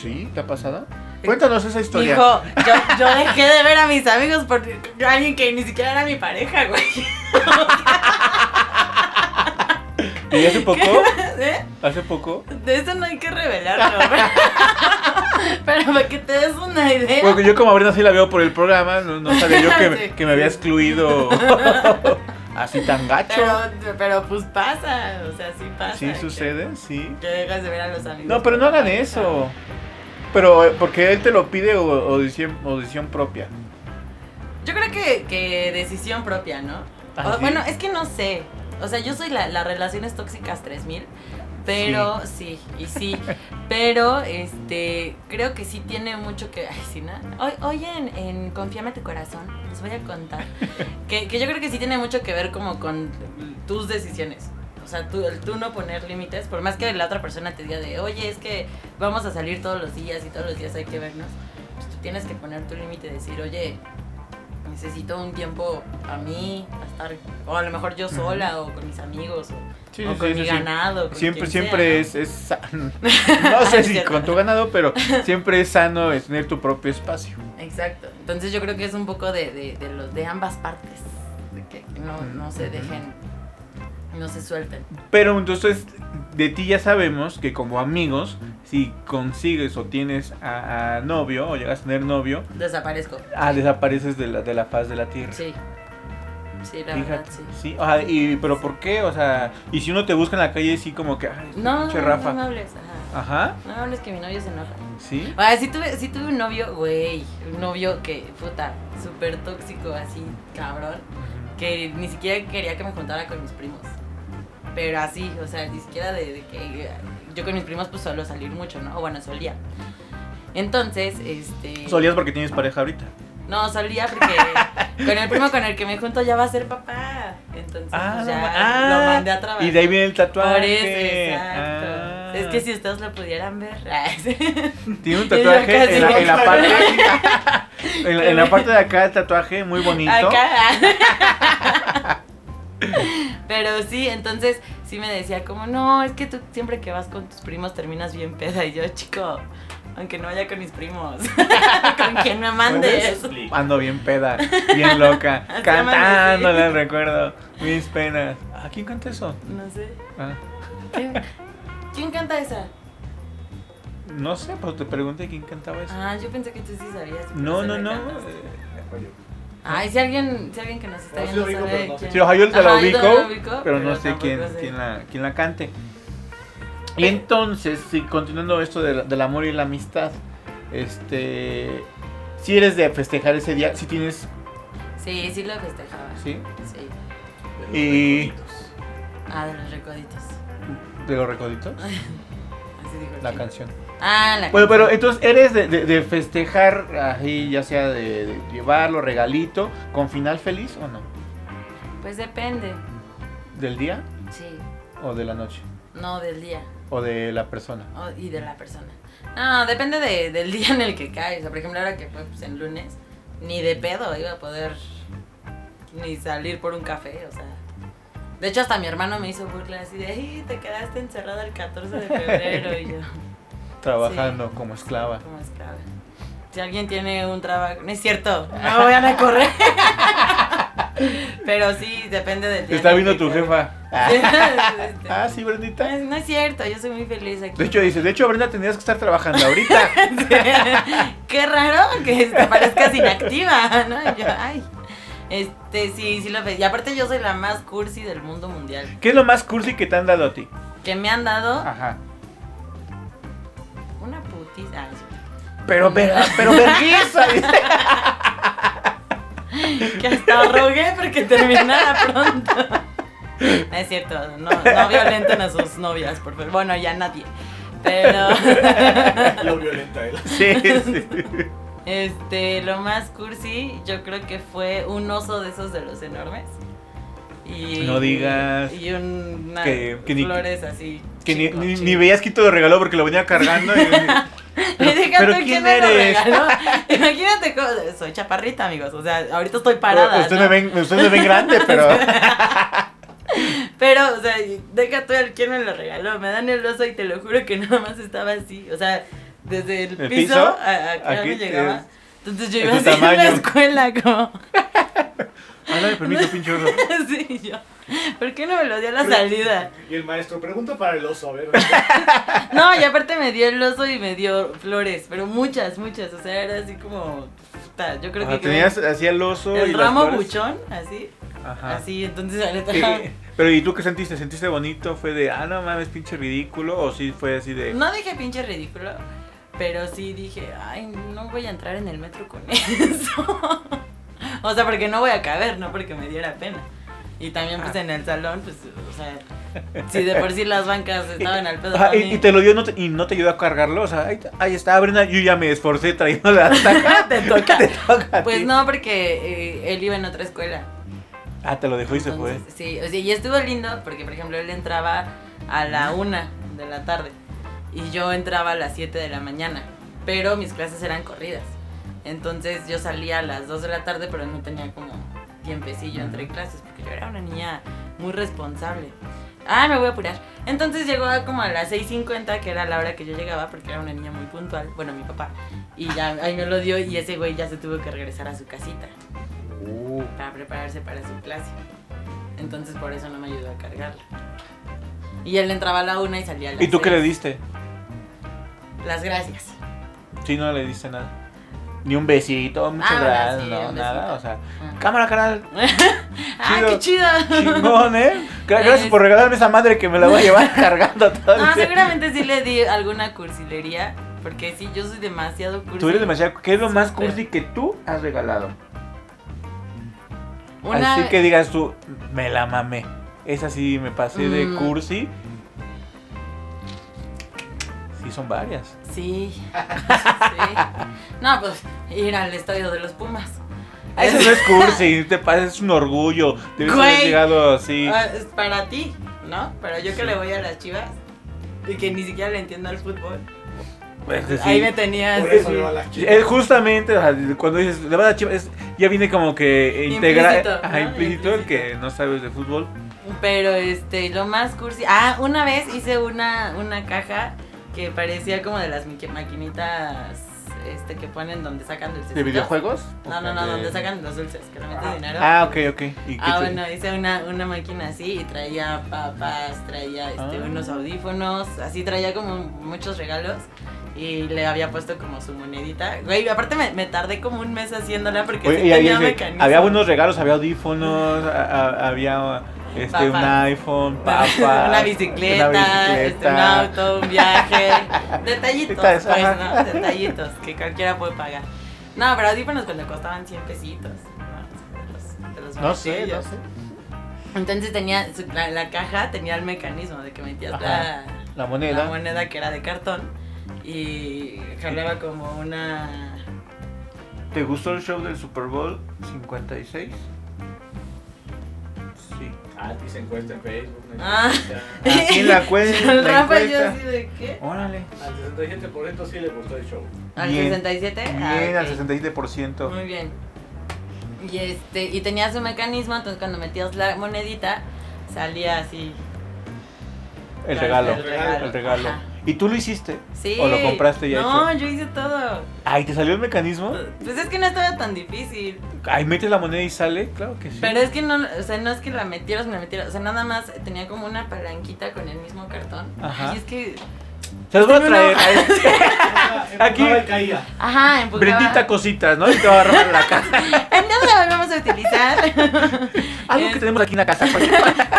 [SPEAKER 2] ¿Sí? ¿Te ha pasado?
[SPEAKER 1] Eh,
[SPEAKER 2] Cuéntanos esa historia.
[SPEAKER 1] Dijo, yo, yo dejé de ver a mis amigos por alguien que ni siquiera era mi pareja, güey.
[SPEAKER 2] ¿Y hace poco?
[SPEAKER 1] ¿Eh?
[SPEAKER 2] ¿Hace poco?
[SPEAKER 1] De eso no hay que revelarlo, pero- pero para que te des una idea.
[SPEAKER 2] Porque yo como ahorita sí la veo por el programa, no, no sabía yo que,
[SPEAKER 1] Sí.
[SPEAKER 2] que me había excluido así tan gacho.
[SPEAKER 1] Pero, pero pues pasa, o sea, sí pasa.
[SPEAKER 2] Sí
[SPEAKER 1] que-
[SPEAKER 2] sucede, sí.
[SPEAKER 1] Que, dejas de ver a los amigos.
[SPEAKER 2] No, pero no hagan eso. Pero eh, porque él te lo pide o, o decisión, o decisión propia.
[SPEAKER 1] Yo creo que, que decisión propia, ¿no?
[SPEAKER 2] Ah,
[SPEAKER 1] O-
[SPEAKER 2] sí.
[SPEAKER 1] Bueno, es que no sé. O sea, yo soy la, la relaciones tóxicas 3000, pero sí. y sí. Pero este creo que sí tiene mucho que. Ay, sí, nada. Hoy, hoy en, en Confíame tu corazón, les voy a contar. Que, que yo creo que sí tiene mucho que ver como con tus decisiones. O sea, tú, el tú no poner límites, por más que la otra persona te diga de, oye, es que vamos a salir todos los días y todos los días hay que vernos, pues tú tienes que poner tu límite y decir, oye, necesito un tiempo a mí, a estar, o a lo mejor yo sola, o con mis amigos, o,
[SPEAKER 2] Sí,
[SPEAKER 1] o con mi ganado. con
[SPEAKER 2] Siempre,
[SPEAKER 1] quien sea,
[SPEAKER 2] siempre
[SPEAKER 1] ¿no?
[SPEAKER 2] es, es sano. No sé
[SPEAKER 1] Es
[SPEAKER 2] si
[SPEAKER 1] cierto.
[SPEAKER 2] con tu ganado, pero siempre es sano es tener tu propio espacio.
[SPEAKER 1] Exacto. Entonces yo creo que es un poco de, de, de los, de ambas partes, de que no, no se dejen, no se suelten.
[SPEAKER 2] Pero entonces, de ti ya sabemos que como amigos, si consigues o tienes a, a novio o llegas a tener novio,
[SPEAKER 1] Desaparezco.
[SPEAKER 2] ah, desapareces de la, de la faz de la tierra.
[SPEAKER 1] Sí. Sí, la verdad,
[SPEAKER 2] Fíjate,
[SPEAKER 1] sí.
[SPEAKER 2] sí, o sea, y, pero ¿por qué? O sea, y si uno te busca en la calle, sí, como que, ay, este
[SPEAKER 1] No,
[SPEAKER 2] pinche
[SPEAKER 1] no,
[SPEAKER 2] Rafa.
[SPEAKER 1] no me hables. ajá.
[SPEAKER 2] Ajá,
[SPEAKER 1] No me hables que mi novio se enoja.
[SPEAKER 2] sí.
[SPEAKER 1] Ah, sí tuve, sí tuve un novio, güey. Un novio que, puta, súper tóxico, así, cabrón. Que ni siquiera quería que me juntara con mis primos. Pero así, o sea, ni siquiera de, de que. Yo con mis primos, pues suelo salir mucho, ¿no? O bueno, solía. Entonces, este.
[SPEAKER 2] Solías porque tienes pareja ahorita.
[SPEAKER 1] No, solía porque con el primo con el que me junto ya va a ser papá. entonces
[SPEAKER 2] Ah,
[SPEAKER 1] pues, ya
[SPEAKER 2] ah,
[SPEAKER 1] lo mandé a trabajar.
[SPEAKER 2] Y de ahí viene el tatuaje.
[SPEAKER 1] Por eso, exacto.
[SPEAKER 2] Ah.
[SPEAKER 1] Es que si ustedes lo pudieran ver.
[SPEAKER 2] Tiene un
[SPEAKER 1] Yo
[SPEAKER 2] tatuaje en la,
[SPEAKER 1] casi
[SPEAKER 2] en la
[SPEAKER 1] no.
[SPEAKER 2] parte. en, la, en la parte de acá el tatuaje, muy bonito.
[SPEAKER 1] Acá. Pero sí, entonces sí me decía como, no, es que tú siempre que vas con tus primos terminas bien peda. Y yo, chico, aunque no vaya con mis primos, con quien me mandes.
[SPEAKER 2] Ando bien peda, bien loca,
[SPEAKER 1] Así
[SPEAKER 2] cantando,
[SPEAKER 1] amanecí.
[SPEAKER 2] les recuerdo. Mis penas. ¿A quién canta eso?
[SPEAKER 1] No sé.
[SPEAKER 2] Ah,
[SPEAKER 1] ¿Quién, quién canta esa?
[SPEAKER 2] no sé, pues te pregunté quién cantaba eso.
[SPEAKER 1] Ah, yo pensé que tú sí sabías. por
[SPEAKER 2] no,
[SPEAKER 1] eso
[SPEAKER 2] no,
[SPEAKER 1] la
[SPEAKER 2] no.
[SPEAKER 1] cantaste.
[SPEAKER 2] eh,
[SPEAKER 1] Ay, si alguien, si alguien que nos está
[SPEAKER 3] No, sí lo
[SPEAKER 1] viendo
[SPEAKER 3] ubico,
[SPEAKER 1] sabe
[SPEAKER 3] pero no sé.
[SPEAKER 1] quién-
[SPEAKER 2] Sí, ojalá yo te la
[SPEAKER 1] Ajá, yo
[SPEAKER 2] ubico,
[SPEAKER 1] también la
[SPEAKER 2] pero,
[SPEAKER 1] ubico,
[SPEAKER 2] no sé
[SPEAKER 1] tampoco
[SPEAKER 2] quién,
[SPEAKER 1] sé.
[SPEAKER 2] quién, la, quién la cante. Y entonces, sí, continuando esto de la- del amor y la amistad, este, si eres de festejar ese día, si tienes,
[SPEAKER 1] Sí, sí lo festejaba. Sí.
[SPEAKER 2] sí, y
[SPEAKER 1] Ah, de los recoditos.
[SPEAKER 2] de los recoditos,
[SPEAKER 1] Así dijo el
[SPEAKER 2] la
[SPEAKER 1] chino.
[SPEAKER 2] canción.
[SPEAKER 1] Ah, la
[SPEAKER 2] Bueno,
[SPEAKER 1] canción.
[SPEAKER 2] pero entonces eres de, de- de festejar ahí, ya sea de, de llevarlo, regalito, con final feliz o no,
[SPEAKER 1] Pues depende.
[SPEAKER 2] del día
[SPEAKER 1] Sí.
[SPEAKER 2] o de la noche
[SPEAKER 1] No, del día.
[SPEAKER 2] o de la persona.
[SPEAKER 1] o- y de la persona. No, depende de- del día en el que cae. O sea, por ejemplo, ahora que fue pues, en lunes, ni de pedo iba a poder ni salir por un café, o sea. De hecho, hasta mi hermano me hizo burla así de, "Ay, te quedaste encerrada el 14 de febrero. y yo,
[SPEAKER 2] Trabajando
[SPEAKER 1] Sí.
[SPEAKER 2] como esclava.
[SPEAKER 1] como esclava. Si alguien tiene un trabajo, no es cierto, no me vayan a correr. Pero sí, depende del día.
[SPEAKER 2] Te está
[SPEAKER 1] en el
[SPEAKER 2] viendo
[SPEAKER 1] que
[SPEAKER 2] tu
[SPEAKER 1] cae.
[SPEAKER 2] jefa.
[SPEAKER 1] Este,
[SPEAKER 2] Ah, sí, Brendita.
[SPEAKER 1] No es cierto, yo soy muy feliz aquí.
[SPEAKER 2] De hecho, dice, de hecho, Brenda, tendrías que estar trabajando ahorita.
[SPEAKER 1] Qué raro que te parezcas inactiva, ¿no? Y yo, ay. Este, sí, sí lo ve. Y aparte yo soy la más cursi del mundo mundial.
[SPEAKER 2] ¿Qué es lo más cursi que te han dado a ti?
[SPEAKER 1] Que me han dado
[SPEAKER 2] Ajá.
[SPEAKER 1] una putiza. Ay, sí.
[SPEAKER 2] Pero, pero, pero, vergüenza, dice.
[SPEAKER 1] Que hasta rogué porque terminara pronto. No es cierto, no, no violenten a sus novias, por favor. Bueno, ya nadie. Pero,
[SPEAKER 3] Lo violenta él.
[SPEAKER 2] Sí, sí.
[SPEAKER 1] este, lo más cursi yo creo que fue un oso de esos de los enormes. Y,
[SPEAKER 2] No digas
[SPEAKER 1] Y unas
[SPEAKER 2] que- que ni-
[SPEAKER 1] flores así.
[SPEAKER 2] Que ni,
[SPEAKER 1] chico,
[SPEAKER 2] ni-
[SPEAKER 1] chico.
[SPEAKER 2] ni veías que te lo regaló porque lo venía cargando. y-
[SPEAKER 1] Me dejaste
[SPEAKER 2] pero
[SPEAKER 1] que
[SPEAKER 2] ¿quién
[SPEAKER 1] me lo
[SPEAKER 2] eres?
[SPEAKER 1] regaló. Imagínate cómo. Soy chaparrita, amigos. O sea, ahorita estoy parada.
[SPEAKER 2] Usted
[SPEAKER 1] ¿no?
[SPEAKER 2] me ven, usted me ven grande, pero.
[SPEAKER 1] Pero, o sea, deja tú el quién me lo regaló. Me dan el oso y te lo juro que nada más estaba así. O sea, desde el,
[SPEAKER 2] ¿El
[SPEAKER 1] piso,
[SPEAKER 2] piso?
[SPEAKER 1] a, a acá
[SPEAKER 2] Aquí
[SPEAKER 1] no llegaba.
[SPEAKER 2] es-
[SPEAKER 1] Entonces yo
[SPEAKER 2] es
[SPEAKER 1] iba
[SPEAKER 2] tu
[SPEAKER 1] así en la
[SPEAKER 2] tamaño.
[SPEAKER 1] escuela, como.
[SPEAKER 2] Ah, no me permito, pinche oso.
[SPEAKER 1] sí, yo. ¿Por qué no me lo dio a la salida?
[SPEAKER 3] Y el maestro, pregunta para el oso, a ver.
[SPEAKER 1] No, y aparte me dio el oso y me dio flores. Pero muchas, muchas. O sea, era así como. puta, Yo creo
[SPEAKER 2] Ah,
[SPEAKER 1] que.
[SPEAKER 2] tenías así el oso y
[SPEAKER 1] El
[SPEAKER 2] las
[SPEAKER 1] ramo
[SPEAKER 2] flores.
[SPEAKER 1] buchón, así.
[SPEAKER 2] Ajá.
[SPEAKER 1] Así, entonces la neta.
[SPEAKER 2] Eh, Pero, ¿y tú qué sentiste? ¿Sentiste bonito? ¿Fue de, ah, no mames, pinche ridículo? ¿O sí fue así de.?
[SPEAKER 1] No dije pinche ridículo, pero sí dije, ay, no voy a entrar en el metro con eso. o sea, porque no voy a caber, no porque me diera pena. Y también
[SPEAKER 2] Ah.
[SPEAKER 1] pues en el salón, pues, o sea, si de por sí las bancas estaban al pedo.
[SPEAKER 2] Ajá, y,
[SPEAKER 1] también.
[SPEAKER 2] y te lo dio no te- y no te ayudó a cargarlo. O sea, ahí, ahí está, Brenda. Yo ya me esforcé trayéndola hasta acá.
[SPEAKER 1] Ah, Te toca.
[SPEAKER 2] Te toca a
[SPEAKER 1] Pues
[SPEAKER 2] ti.
[SPEAKER 1] no, porque eh, él iba en otra escuela.
[SPEAKER 2] Ah, te lo dejó y se fue.
[SPEAKER 1] Entonces, Sí, o sea, y estuvo lindo porque, por ejemplo, él entraba a la una de la tarde y yo entraba a las 7 de la mañana, pero mis clases eran corridas. Entonces yo salía a las 2 de la tarde, pero no tenía como tiempecillo entre clases porque yo era una niña muy responsable. Ah, me voy a apurar. Entonces llegó a como a las 6.50, que era la hora que yo llegaba, porque era una niña muy puntual, bueno, mi papá, y ya ahí me lo dio y ese güey ya se tuvo que regresar a su casita
[SPEAKER 2] Uh.
[SPEAKER 1] para prepararse para su clase. Entonces por eso no me ayudó a cargarla. Y él entraba a la una y salía a las
[SPEAKER 2] ¿Y tú qué le
[SPEAKER 1] seis.
[SPEAKER 2] diste?
[SPEAKER 1] Las gracias.
[SPEAKER 2] Sí, no le diste nada. Ni un besito, muchas
[SPEAKER 1] Ah,
[SPEAKER 2] gracias,
[SPEAKER 1] sí,
[SPEAKER 2] no,
[SPEAKER 1] un
[SPEAKER 2] nada.
[SPEAKER 1] besito.
[SPEAKER 2] O sea,
[SPEAKER 1] Ah.
[SPEAKER 2] cámara, canal.
[SPEAKER 1] ¡Ah, qué chido!
[SPEAKER 2] Chingón, ¿eh? Gra- Gracias
[SPEAKER 1] Ah, Es-
[SPEAKER 2] por regalarme esa madre que me la voy a llevar cargando todo el
[SPEAKER 1] No,
[SPEAKER 2] día.
[SPEAKER 1] Ah, seguramente sí le di alguna cursilería, porque sí, yo soy demasiado cursi.
[SPEAKER 2] Tú eres demasiado. ¿Qué es lo más
[SPEAKER 1] Súper.
[SPEAKER 2] cursi que tú has regalado?
[SPEAKER 1] Una-
[SPEAKER 2] Así que digas tú, me la mamé. Esa sí me pasé de
[SPEAKER 1] Mm.
[SPEAKER 2] cursi. Sí, son varias.
[SPEAKER 1] Sí. sí. No, pues ir al estadio de los Pumas.
[SPEAKER 2] Eso no es cursi, te pasa, es un orgullo. Debes haber
[SPEAKER 1] Güey.
[SPEAKER 2] llegado así.
[SPEAKER 1] Ah, es para ti, ¿no? Pero yo que le voy a las chivas y que ni siquiera le entiendo al fútbol.
[SPEAKER 2] Es decir,
[SPEAKER 1] Ahí me tenías.
[SPEAKER 3] Por eso le va a las chivas.
[SPEAKER 2] es justamente o sea, cuando dices, le vas a Chivas, es- ya viene como que integra
[SPEAKER 1] Implícito,
[SPEAKER 2] ajá,
[SPEAKER 1] ¿no?
[SPEAKER 2] implícito el
[SPEAKER 1] Implícito.
[SPEAKER 2] que no sabes de fútbol.
[SPEAKER 1] Pero este, lo más cursi. Ah, una vez hice una, una caja que parecía como de las miqui- maquinitas este, que ponen donde sacan dulces.
[SPEAKER 2] ¿De videojuegos?
[SPEAKER 1] No, no, no,
[SPEAKER 2] De-
[SPEAKER 1] donde sacan los dulces, que le meten dinero.
[SPEAKER 2] Ah, ok, ok. ¿Y qué
[SPEAKER 1] Ah,
[SPEAKER 2] te-
[SPEAKER 1] bueno, hice una, una máquina así y traía papas, traía este,
[SPEAKER 2] Ah.
[SPEAKER 1] unos audífonos, así traía como muchos regalos y le había puesto como su monedita. Güey, aparte me, me tardé como un mes haciéndola porque
[SPEAKER 2] Oye,
[SPEAKER 1] sí
[SPEAKER 2] y había,
[SPEAKER 1] tenía
[SPEAKER 2] ese-
[SPEAKER 1] mecanismo.
[SPEAKER 2] había buenos regalos, había audífonos, a- a- había este, un
[SPEAKER 1] Papas.
[SPEAKER 2] iPhone, papas,
[SPEAKER 1] una bicicleta, Este, un auto, un viaje, detallitos,
[SPEAKER 2] Detalles,
[SPEAKER 1] pues,
[SPEAKER 2] ajá.
[SPEAKER 1] ¿no? Detallitos que cualquiera puede pagar. No, pero audífonos cuando costaban 100 pesitos. ¿no? Te los- te los
[SPEAKER 2] No sé,
[SPEAKER 1] metías.
[SPEAKER 2] no sé.
[SPEAKER 1] Entonces tenía su- la, la caja tenía el mecanismo de que metías la,
[SPEAKER 2] La moneda.
[SPEAKER 1] la moneda que era de cartón y jalaba como una
[SPEAKER 2] ¿Te gustó el show del Super Bowl 56? Sí.
[SPEAKER 3] Ah, dice encuesta en Facebook. ¿no?
[SPEAKER 1] Ah.
[SPEAKER 3] Ya.
[SPEAKER 2] Aquí la cuen-
[SPEAKER 1] Al
[SPEAKER 2] la
[SPEAKER 1] Rafa yo
[SPEAKER 2] encuesta.
[SPEAKER 1] así de qué
[SPEAKER 2] Órale.
[SPEAKER 3] Al 67% sí le gustó el show.
[SPEAKER 1] al
[SPEAKER 2] Bien.
[SPEAKER 1] 67
[SPEAKER 2] Bien,
[SPEAKER 1] Ah,
[SPEAKER 2] al
[SPEAKER 1] ok.
[SPEAKER 2] 67%.
[SPEAKER 1] Muy bien. Y este, y tenía su mecanismo, entonces cuando metías la monedita, salía así.
[SPEAKER 2] El regalo.
[SPEAKER 1] El regalo.
[SPEAKER 2] El regalo.
[SPEAKER 1] Ajá.
[SPEAKER 2] ¿Y tú lo hiciste?
[SPEAKER 1] Sí.
[SPEAKER 2] ¿O lo compraste ya
[SPEAKER 1] No,
[SPEAKER 2] hecho?
[SPEAKER 1] yo hice todo.
[SPEAKER 2] Ay, ¿te salió el mecanismo?
[SPEAKER 1] Pues es que no estaba tan difícil.
[SPEAKER 2] Ay, metes la moneda y sale. Claro que sí.
[SPEAKER 1] Pero es que no, o sea, no es que la metieras, me la metieras. O sea, nada más tenía como una palanquita con el mismo cartón.
[SPEAKER 2] Ajá.
[SPEAKER 1] Ajá. Y es que.
[SPEAKER 2] Se los voy a traer. Aquí.
[SPEAKER 3] Aquí. Ah, caía.
[SPEAKER 1] Ajá, empujaba.
[SPEAKER 2] Brendita cositas, ¿no? Y te va a agarrar la casa.
[SPEAKER 1] No la volvemos a utilizar.
[SPEAKER 2] Algo que
[SPEAKER 1] Es-
[SPEAKER 2] tenemos aquí en la casa.
[SPEAKER 1] Una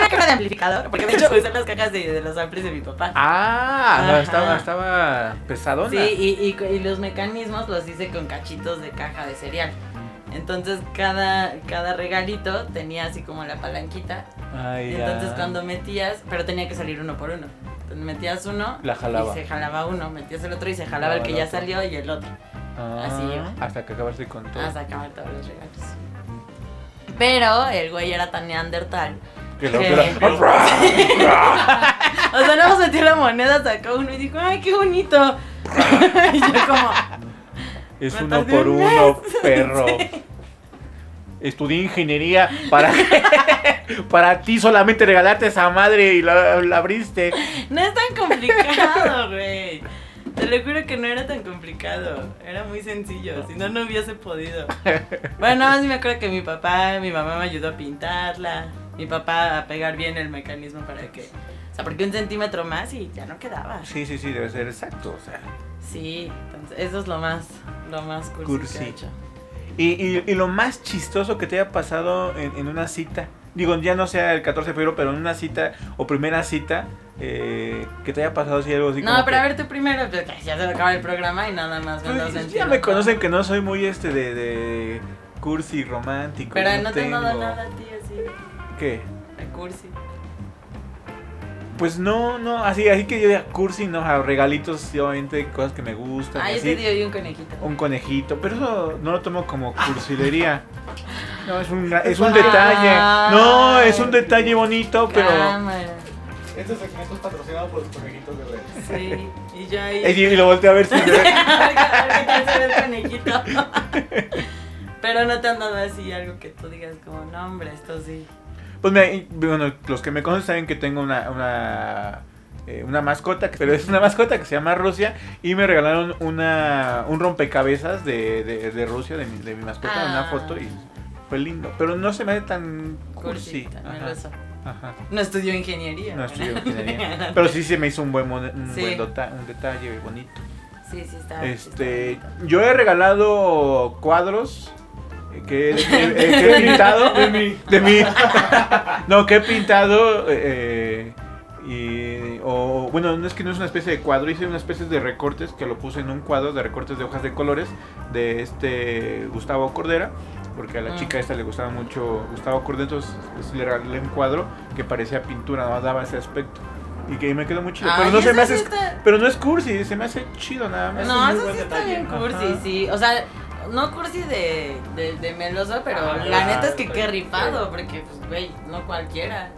[SPEAKER 1] caja de amplificador. Porque de hecho usan las cajas de, de los amplis de mi papá.
[SPEAKER 2] Ah, no,
[SPEAKER 1] Ajá.
[SPEAKER 2] estaba, estaba pesadona.
[SPEAKER 1] Sí, y, y- y los mecanismos los hice con cachitos de caja de cereal. Entonces cada, cada regalito tenía así como la palanquita.
[SPEAKER 2] Ay,
[SPEAKER 1] Y
[SPEAKER 2] ya.
[SPEAKER 1] entonces cuando metías, pero tenía que salir uno por uno. Entonces metías uno
[SPEAKER 2] La jalaba.
[SPEAKER 1] y se jalaba uno, metías el otro y se jalaba el
[SPEAKER 2] Jalaba
[SPEAKER 1] que
[SPEAKER 2] el
[SPEAKER 1] ya
[SPEAKER 2] otro.
[SPEAKER 1] salió y el otro.
[SPEAKER 2] Ah,
[SPEAKER 1] así.
[SPEAKER 2] Hasta que acabaste con todo.
[SPEAKER 1] Hasta acabar todos los regalos. Pero el güey era tan neandertal.
[SPEAKER 2] Que lo-
[SPEAKER 1] que-
[SPEAKER 2] que lo-
[SPEAKER 1] O sea, nada más metió la moneda, sacó uno y dijo, ¡ay, qué bonito! y yo como,
[SPEAKER 2] Es
[SPEAKER 1] Me
[SPEAKER 2] uno
[SPEAKER 1] tardé
[SPEAKER 2] por
[SPEAKER 1] un
[SPEAKER 2] uno, perro. Estudié ingeniería para para ti solamente regalarte esa madre y la, la abriste.
[SPEAKER 1] No es tan complicado, güey. Te lo juro que no era tan complicado. Era muy sencillo. Si no, no hubiese podido. Bueno, nada más sí me acuerdo que mi papá, mi mamá me ayudó a pintarla. Mi papá a pegar bien el mecanismo para que. O sea, porque un centímetro más y ya no quedaba.
[SPEAKER 2] Sí, sí, sí, debe ser exacto. O sea.
[SPEAKER 1] Sí, entonces eso es lo más, lo más cursi,
[SPEAKER 2] Cursi.
[SPEAKER 1] que he hecho.
[SPEAKER 2] Y, y- y lo más chistoso que te haya pasado en, en una cita. Digo, ya no sea el 14 de febrero, pero en una cita o primera cita eh, que te haya pasado así algo así.
[SPEAKER 1] No,
[SPEAKER 2] como
[SPEAKER 1] pero
[SPEAKER 2] que-
[SPEAKER 1] a ver tú primero, pues, ya se va a acabar el programa y nada más me
[SPEAKER 2] Pues,
[SPEAKER 1] das
[SPEAKER 2] ya
[SPEAKER 1] sentido.
[SPEAKER 2] me conocen que no soy muy este de, de cursi romántico.
[SPEAKER 1] Pero no te he dado
[SPEAKER 2] tengo-
[SPEAKER 1] nada a ti así, de
[SPEAKER 2] ¿Qué?
[SPEAKER 1] cursi.
[SPEAKER 2] Pues no, no, así, así que yo diga cursi, no, a regalitos, sí, obviamente, cosas que me gustan,
[SPEAKER 1] Ah,
[SPEAKER 2] y
[SPEAKER 1] yo
[SPEAKER 2] así,
[SPEAKER 1] te di hoy un conejito.
[SPEAKER 2] un conejito, pero eso no lo tomo como cursilería. No, es
[SPEAKER 1] Pues
[SPEAKER 2] un, gra- es un
[SPEAKER 1] Ay.
[SPEAKER 2] detalle. No, es un detalle bonito, pero.
[SPEAKER 1] Cámara.
[SPEAKER 3] Este segmento es patrocinado por los conejitos de redes.
[SPEAKER 1] Sí, y yo ahí.
[SPEAKER 2] Y, y lo volteé a ver si
[SPEAKER 1] A ver qué tal se ve el conejito. Pero no te han dado así algo que tú digas como, no, hombre, esto sí.
[SPEAKER 2] Pues mira, y- bueno, los que me conocen saben que tengo una, una, eh, una mascota, que- pero es una mascota que se llama Rusia y me regalaron una, un rompecabezas de, de, de Rusia, de mi, de mi mascota,
[SPEAKER 1] Ah.
[SPEAKER 2] una foto y fue lindo. Pero no se me hace tan cursi.
[SPEAKER 1] Cursita,
[SPEAKER 2] Ajá,
[SPEAKER 1] meloso.
[SPEAKER 2] ajá.
[SPEAKER 1] No estudió ingeniería.
[SPEAKER 2] No estudié
[SPEAKER 1] ¿verdad?
[SPEAKER 2] ingeniería. Pero sí se me hizo un buen, mon- un
[SPEAKER 1] Sí.
[SPEAKER 2] buen dota- un detalle bonito.
[SPEAKER 1] Sí, sí, está.
[SPEAKER 2] Este,
[SPEAKER 1] está bonito.
[SPEAKER 2] yo he regalado cuadros eh, que, eh, eh, que he pintado de mí, no, que he pintado eh, y, o bueno, no es que no es una especie de cuadro, hice una especie de recortes que lo puse en un cuadro de recortes de hojas de colores de este Gustavo Cordera, porque a la
[SPEAKER 1] Mm.
[SPEAKER 2] chica esta le gustaba mucho Gustavo Cordera, entonces pues, le regalé un cuadro que parecía pintura, no daba ese aspecto. Y que me quedó muy chido.
[SPEAKER 1] Ay,
[SPEAKER 2] pero no se
[SPEAKER 1] eso
[SPEAKER 2] me hace
[SPEAKER 1] sí está-
[SPEAKER 2] pero no es cursi, se me hace chido nada más.
[SPEAKER 1] No,
[SPEAKER 2] Es un
[SPEAKER 1] eso
[SPEAKER 2] muy
[SPEAKER 1] sí
[SPEAKER 2] buen
[SPEAKER 1] está
[SPEAKER 2] detalle.
[SPEAKER 1] bien cursi,
[SPEAKER 2] Ajá.
[SPEAKER 1] sí. O sea, no cursi de, de, de meloso, pero
[SPEAKER 3] Ah,
[SPEAKER 1] la
[SPEAKER 3] ah,
[SPEAKER 1] neta es que
[SPEAKER 3] sí,
[SPEAKER 1] qué
[SPEAKER 3] sí.
[SPEAKER 1] rifado, porque, pues, güey, no cualquiera.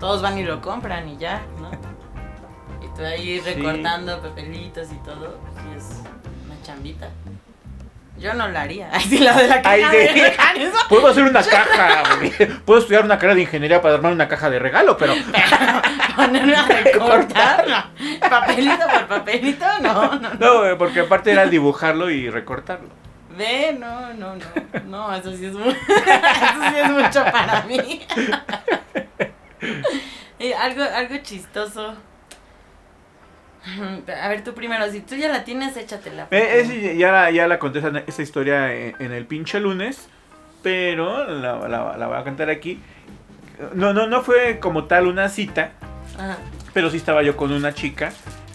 [SPEAKER 1] Todos van y lo compran y ya, ¿no? Y tú ahí recortando papelitos y todo, pues, sí es una chambita. Yo no la haría. Ay, sí, la de
[SPEAKER 2] Ay,
[SPEAKER 1] la caja
[SPEAKER 2] sí.
[SPEAKER 1] de regalos.
[SPEAKER 2] Puedo hacer una caja, güey. Puedo estudiar una carrera de ingeniería para armar una caja de regalo, pero
[SPEAKER 1] Ponerme a recortar. papelito por papelito, no, no, no.
[SPEAKER 2] no, güey, porque aparte era dibujarlo y recortarlo.
[SPEAKER 1] Ve, no, no, no. No, eso sí es, mu- eso sí es mucho para mí. Eh, algo, algo chistoso. A ver, tú primero, si tú ya la tienes, échatela.
[SPEAKER 2] Eh, ese ya la, ya la conté esa, esa historia en, en el pinche lunes, pero la, la- la voy a contar aquí. No, no, no fue como tal una cita,
[SPEAKER 1] Ajá.
[SPEAKER 2] pero sí estaba yo con una chica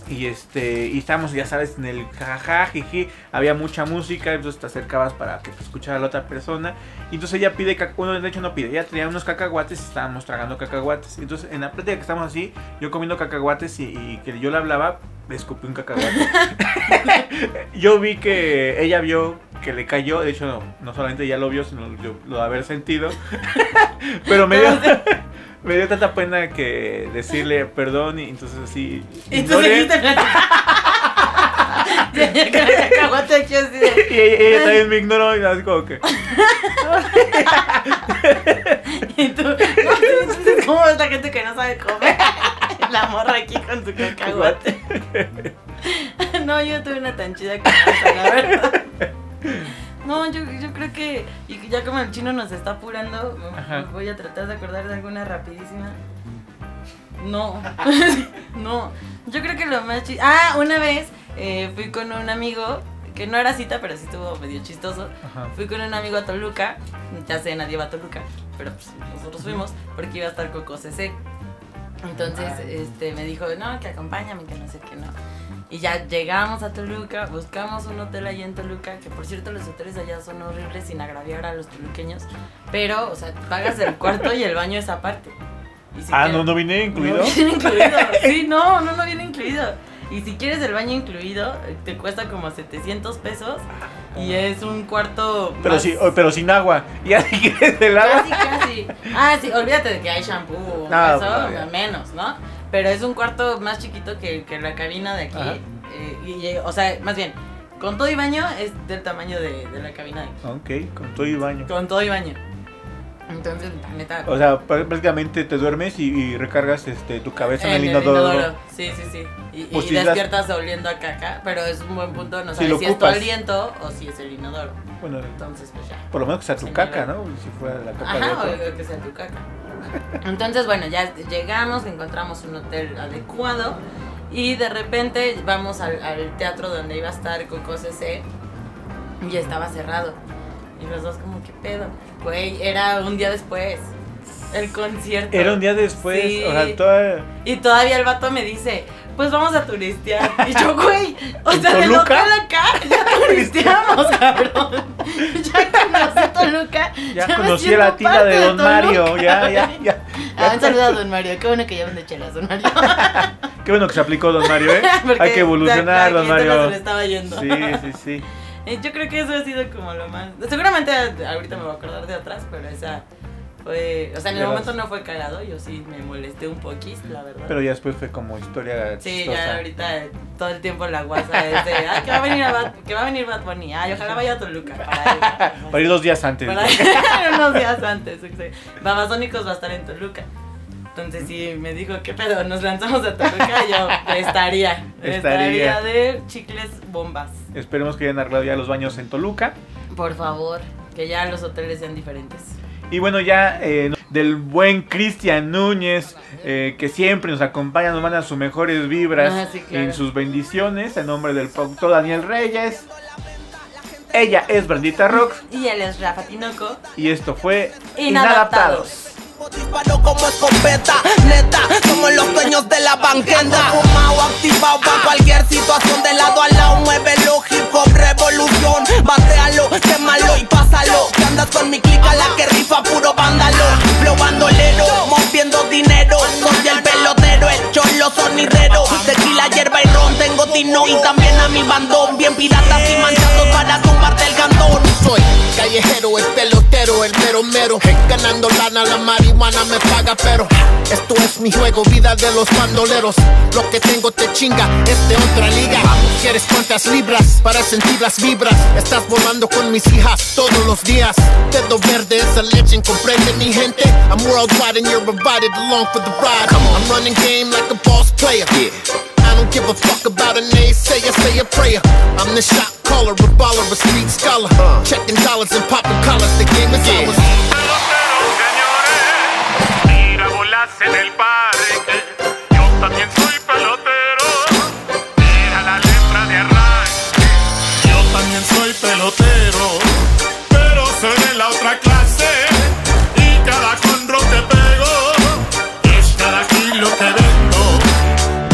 [SPEAKER 2] y este y estábamos ya sabes en el jajaja jiji había mucha música entonces te acercabas para que te escuchara la otra persona y entonces ella pide cac- bueno de hecho no pide ella tenía unos cacahuates y estábamos tragando cacahuates entonces en la plática que estábamos así yo comiendo cacahuates y, y que yo le hablaba le escupí un cacahuate yo vi que ella vio que le cayó de hecho no, no solamente ella lo vio sino yo lo de haber sentido pero me dio me dio tanta pena que decirle perdón y entonces así
[SPEAKER 1] Y tú
[SPEAKER 2] ignoré.
[SPEAKER 1] seguiste platicando. Ya, ya, ya, ya, caguate aquí así de-
[SPEAKER 2] Y ella, ella también me ignoró y nada más como que.
[SPEAKER 1] Y tú, no, sí, sí, sí, ¿cómo es la gente que no sabe comer? La morra aquí con su cacahuate. No, yo tuve una tan chida como esa, la verdad. No, yo, yo creo que, y que ya como el chino nos está apurando, me-
[SPEAKER 2] Ajá.
[SPEAKER 1] me voy a tratar de acordar de alguna rapidísima. No, no, yo creo que lo más chido... Ah, una vez eh, fui con un amigo, que no era cita, pero sí estuvo medio chistoso,
[SPEAKER 2] Ajá.
[SPEAKER 1] Fui con un amigo a Toluca, ya sé, nadie va a Toluca, pero pues, nosotros fuimos porque iba a estar Coco CC. Entonces este, me dijo, no, que acompáñame, que no sé qué, no. Y ya llegamos a Toluca, buscamos un hotel allá en Toluca, que por cierto los hoteles allá son horribles sin agraviar a los toluqueños, pero, o sea, pagas el cuarto y el baño es aparte. Y si
[SPEAKER 2] Ah,
[SPEAKER 1] quieres-
[SPEAKER 2] no, no vine incluido.
[SPEAKER 1] no viene incluido. Sí, no, no, no viene incluido. Y si quieres el baño incluido, eh, te cuesta como 700 pesos y es un cuarto.
[SPEAKER 2] Pero
[SPEAKER 1] más-
[SPEAKER 2] sí, oh, pero sin agua. Y así quieres del agua.
[SPEAKER 1] Casi, casi. Ah, sí, olvídate de que hay shampoo o
[SPEAKER 2] No,
[SPEAKER 1] eso,
[SPEAKER 2] pues, no, ya.
[SPEAKER 1] menos, ¿no? Pero es un cuarto más chiquito que, que la cabina de aquí.
[SPEAKER 2] Ajá.
[SPEAKER 1] eh, y, eh, o sea, más bien, con todo y baño es del tamaño de, de la cabina de aquí.
[SPEAKER 2] Ok, con todo y baño.
[SPEAKER 1] Con todo y baño. Entonces, la neta.
[SPEAKER 2] O sea, pr- prácticamente te duermes y, y recargas este, tu cabeza en el
[SPEAKER 1] inodoro.
[SPEAKER 2] inodoro.
[SPEAKER 1] Sí, sí, sí. Y,
[SPEAKER 2] Pues
[SPEAKER 1] y
[SPEAKER 2] si las-
[SPEAKER 1] despiertas oliendo a caca, pero es un buen punto, no
[SPEAKER 2] Si
[SPEAKER 1] sabes
[SPEAKER 2] lo
[SPEAKER 1] si, es tu
[SPEAKER 2] ocupas.
[SPEAKER 1] aliento o si es el inodoro.
[SPEAKER 2] Bueno,
[SPEAKER 1] Entonces, pues ya.
[SPEAKER 2] por lo menos que sea tu
[SPEAKER 1] Señora.
[SPEAKER 2] caca, ¿no? Si fuera la caca de
[SPEAKER 1] Ajá,
[SPEAKER 2] otro.
[SPEAKER 1] o que sea tu caca. Entonces, bueno, ya llegamos, encontramos un hotel adecuado y de repente vamos al, al teatro donde iba a estar Coco CC y estaba cerrado. Y los dos como, ¿qué pedo? Güey, era un día después. El concierto.
[SPEAKER 2] Era un día después,
[SPEAKER 1] Sí.
[SPEAKER 2] o sea, toda...
[SPEAKER 1] Y todavía el vato me dice, pues vamos a turistear. Y yo, güey, o
[SPEAKER 2] ¿En
[SPEAKER 1] sea, de
[SPEAKER 2] Toluca?
[SPEAKER 1] local acá, ya turisteamos, cabrón. Ya conocí Toluca.
[SPEAKER 2] ya
[SPEAKER 1] me
[SPEAKER 2] conocí a
[SPEAKER 1] siento
[SPEAKER 2] la tía
[SPEAKER 1] parte
[SPEAKER 2] de Don
[SPEAKER 1] Toluca,
[SPEAKER 2] Mario, ya,
[SPEAKER 1] güey.
[SPEAKER 2] ya, ya.
[SPEAKER 1] Ah, un saludo a Don Mario, qué bueno que ya vende chelas, Don Mario.
[SPEAKER 2] Qué bueno que se aplicó Don Mario, ¿eh?
[SPEAKER 1] Porque
[SPEAKER 2] Hay que evolucionar,
[SPEAKER 1] aquí
[SPEAKER 2] Don
[SPEAKER 1] se nos-
[SPEAKER 2] Mario.
[SPEAKER 1] se le estaba yendo.
[SPEAKER 2] Sí, sí, sí.
[SPEAKER 1] Eh, Yo creo que eso ha sido como lo más. Seguramente ahorita me voy a acordar de atrás, pero esa fue. O sea, en
[SPEAKER 2] De
[SPEAKER 1] el
[SPEAKER 2] las-
[SPEAKER 1] momento no fue cagado, yo sí me molesté un poquis, la verdad.
[SPEAKER 2] Pero ya después fue como historia
[SPEAKER 1] Sí,
[SPEAKER 2] chistosa.
[SPEAKER 1] ya ahorita eh, todo el tiempo la guasa es de, ah, que va a venir, a Bad, que va a venir Bad Bunny, ay, ojalá vaya a Toluca para ir,
[SPEAKER 2] Para ir dos días antes.
[SPEAKER 1] para ir unos días antes, exacto. Babasónicos va a estar en Toluca. Entonces sí, me dijo, ¿qué pedo? Nos lanzamos a Toluca, yo estaría,
[SPEAKER 2] Estaría.
[SPEAKER 1] estaría de chicles bombas.
[SPEAKER 2] Esperemos que hayan arreglado ya los baños en Toluca.
[SPEAKER 1] Por favor, que ya los hoteles sean diferentes.
[SPEAKER 2] Y bueno, ya eh, del buen Cristian Núñez, eh, que siempre nos acompaña, nos manda sus mejores vibras
[SPEAKER 1] Ah, sí, claro.
[SPEAKER 2] en sus bendiciones. En nombre del productor Daniel Reyes. Ella es Brandita Rock
[SPEAKER 1] Y él es Rafa Tinoco.
[SPEAKER 2] y esto fue
[SPEAKER 1] Inadaptados.
[SPEAKER 8] Disparo como escopeta, neta, somos los dueños de la banqueta. Fumado, activado pa' cualquier situación, de lado a lado, muévelo, hip hop, revolución. Batealo, quémalo y pásalo. Que andas con mi clica, la que rifa puro vándalo. Flow bandolero, moviendo dinero. Soy el pelotero, el cholo sonidero. Tequila, hierba y ron, tengo tino y también a mi bandón. Bien piratas y manchados para tumbarte el cantón.
[SPEAKER 9] soy callejero, el pelotero, el mero mero. Ganando lana, la marihuana me paga, pero esto es mi juego, vida de los bandoleros. Lo que tengo te chinga, es de otra liga. ¿Quieres cuántas libras para sentir las vibras? Estás volando con mis hijas todos los días. Dedo verde es a legend, comprende mi gente. I'm worldwide and you're invited along for the ride. I'm running game like a boss player. I don't give a fuck about a naysayer, say a prayer. I'm the shot caller, a baller, a street scholar. Checking dollars and popping collars, the game is ours.
[SPEAKER 10] Peloteros cañones, tira bolas en el parque. Yo también soy pelotero, tira la letra de arranque.
[SPEAKER 5] Yo también soy pelotero, pero soy de la otra clase. Y cada conro te pego, es cada kilo que vendo.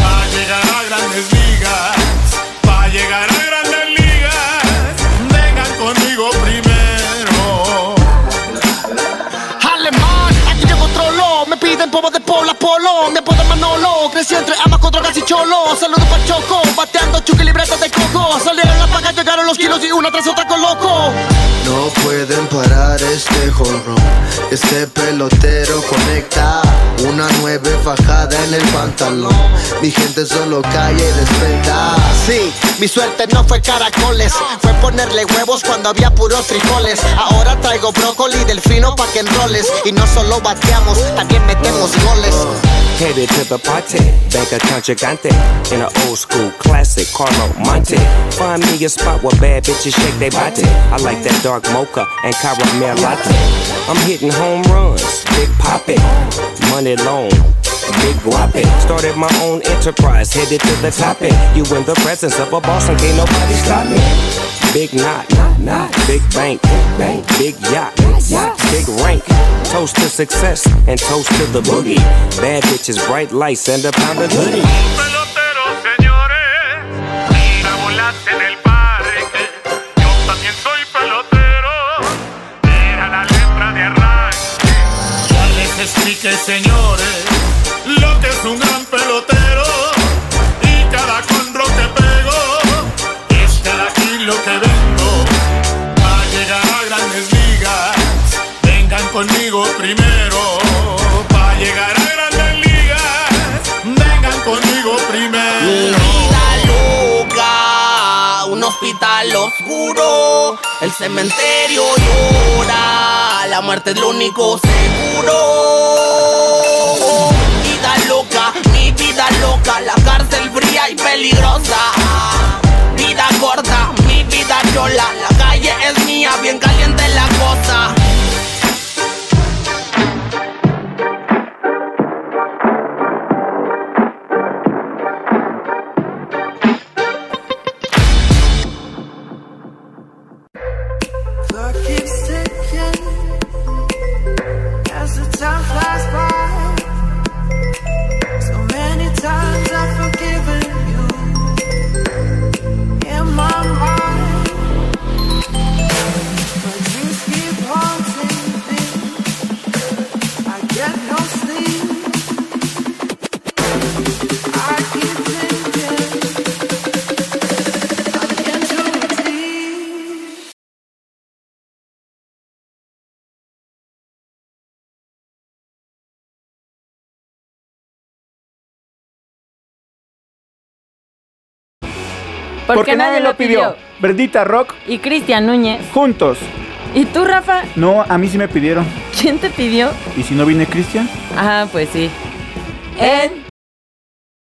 [SPEAKER 5] Va a llegar a grandes ligas, va a llegar a grandes ligas. Vengan conmigo primero.
[SPEAKER 9] Alemán, aquí llevo trolo. Me piden povo de pola polo. Me apodan Manolo. Crecí entre amas con drogas y cholo. Saludos para Choco. Bateando chuca y libreta de coco. Salieron las pagas, llegaron los kilos y una tras otra con loco.
[SPEAKER 11] No pueden parar este jonrón. Este pelotero conecta una nueve fajada en el pantalón. Mi gente solo calla y respeta.
[SPEAKER 9] Sí, mi suerte no fue caracoles, fue ponerle huevos cuando había puros frijoles. Ahora traigo brócoli delfino pa' que enroles. Y no solo bateamos, también metemos goles.
[SPEAKER 6] Headed to the party, bank account gigante In an old school classic, Carlo Monte Find me a spot where bad bitches shake their body I like that dark mocha and caramel latte I'm hitting home runs, big poppin' Money loan, big whoppin' Started my own enterprise, headed to the top end You in the presence of a boss and can't nobody stop me Big knot, big bank, big yacht, big rank Toast to success and toast to the boogie Bad bitches, bright lights, and a pound of hoodie
[SPEAKER 10] Peloteros señores, tira bolas en el parque. Yo también soy pelotero, tira la letra de arranque.
[SPEAKER 5] Ya les expliqué, señores, lo que es un gran pelotero. Y cada conro Este que pego es cada kilo que vendo. Va a llegar a grandes ligas, vengan conmigo primero. Va a llegar a grandes ligas, vengan conmigo primero.
[SPEAKER 8] Vida loca, un hospital oscuro, el cementerio llora, la muerte es lo único seguro. Vida loca, mi vida loca, la cárcel fría y peligrosa. Vida corta, mi vida chola, la calle es mía, bien caliente la cosa.
[SPEAKER 7] Clock keeps ticking as the time flies by. So many times I've forgiven you in my mind, but dreams keep haunting me. I get no sleep. I keep thinking I'm into deep.
[SPEAKER 1] Porque nadie lo pidió.
[SPEAKER 2] Verdita Rock,
[SPEAKER 1] Y Cristian Núñez.
[SPEAKER 2] juntos.
[SPEAKER 1] ¿Y tú, Rafa?
[SPEAKER 2] No, a mí sí me pidieron.
[SPEAKER 1] ¿Quién te pidió?
[SPEAKER 2] ¿Y si no viene Cristian?
[SPEAKER 1] Ah, pues sí. En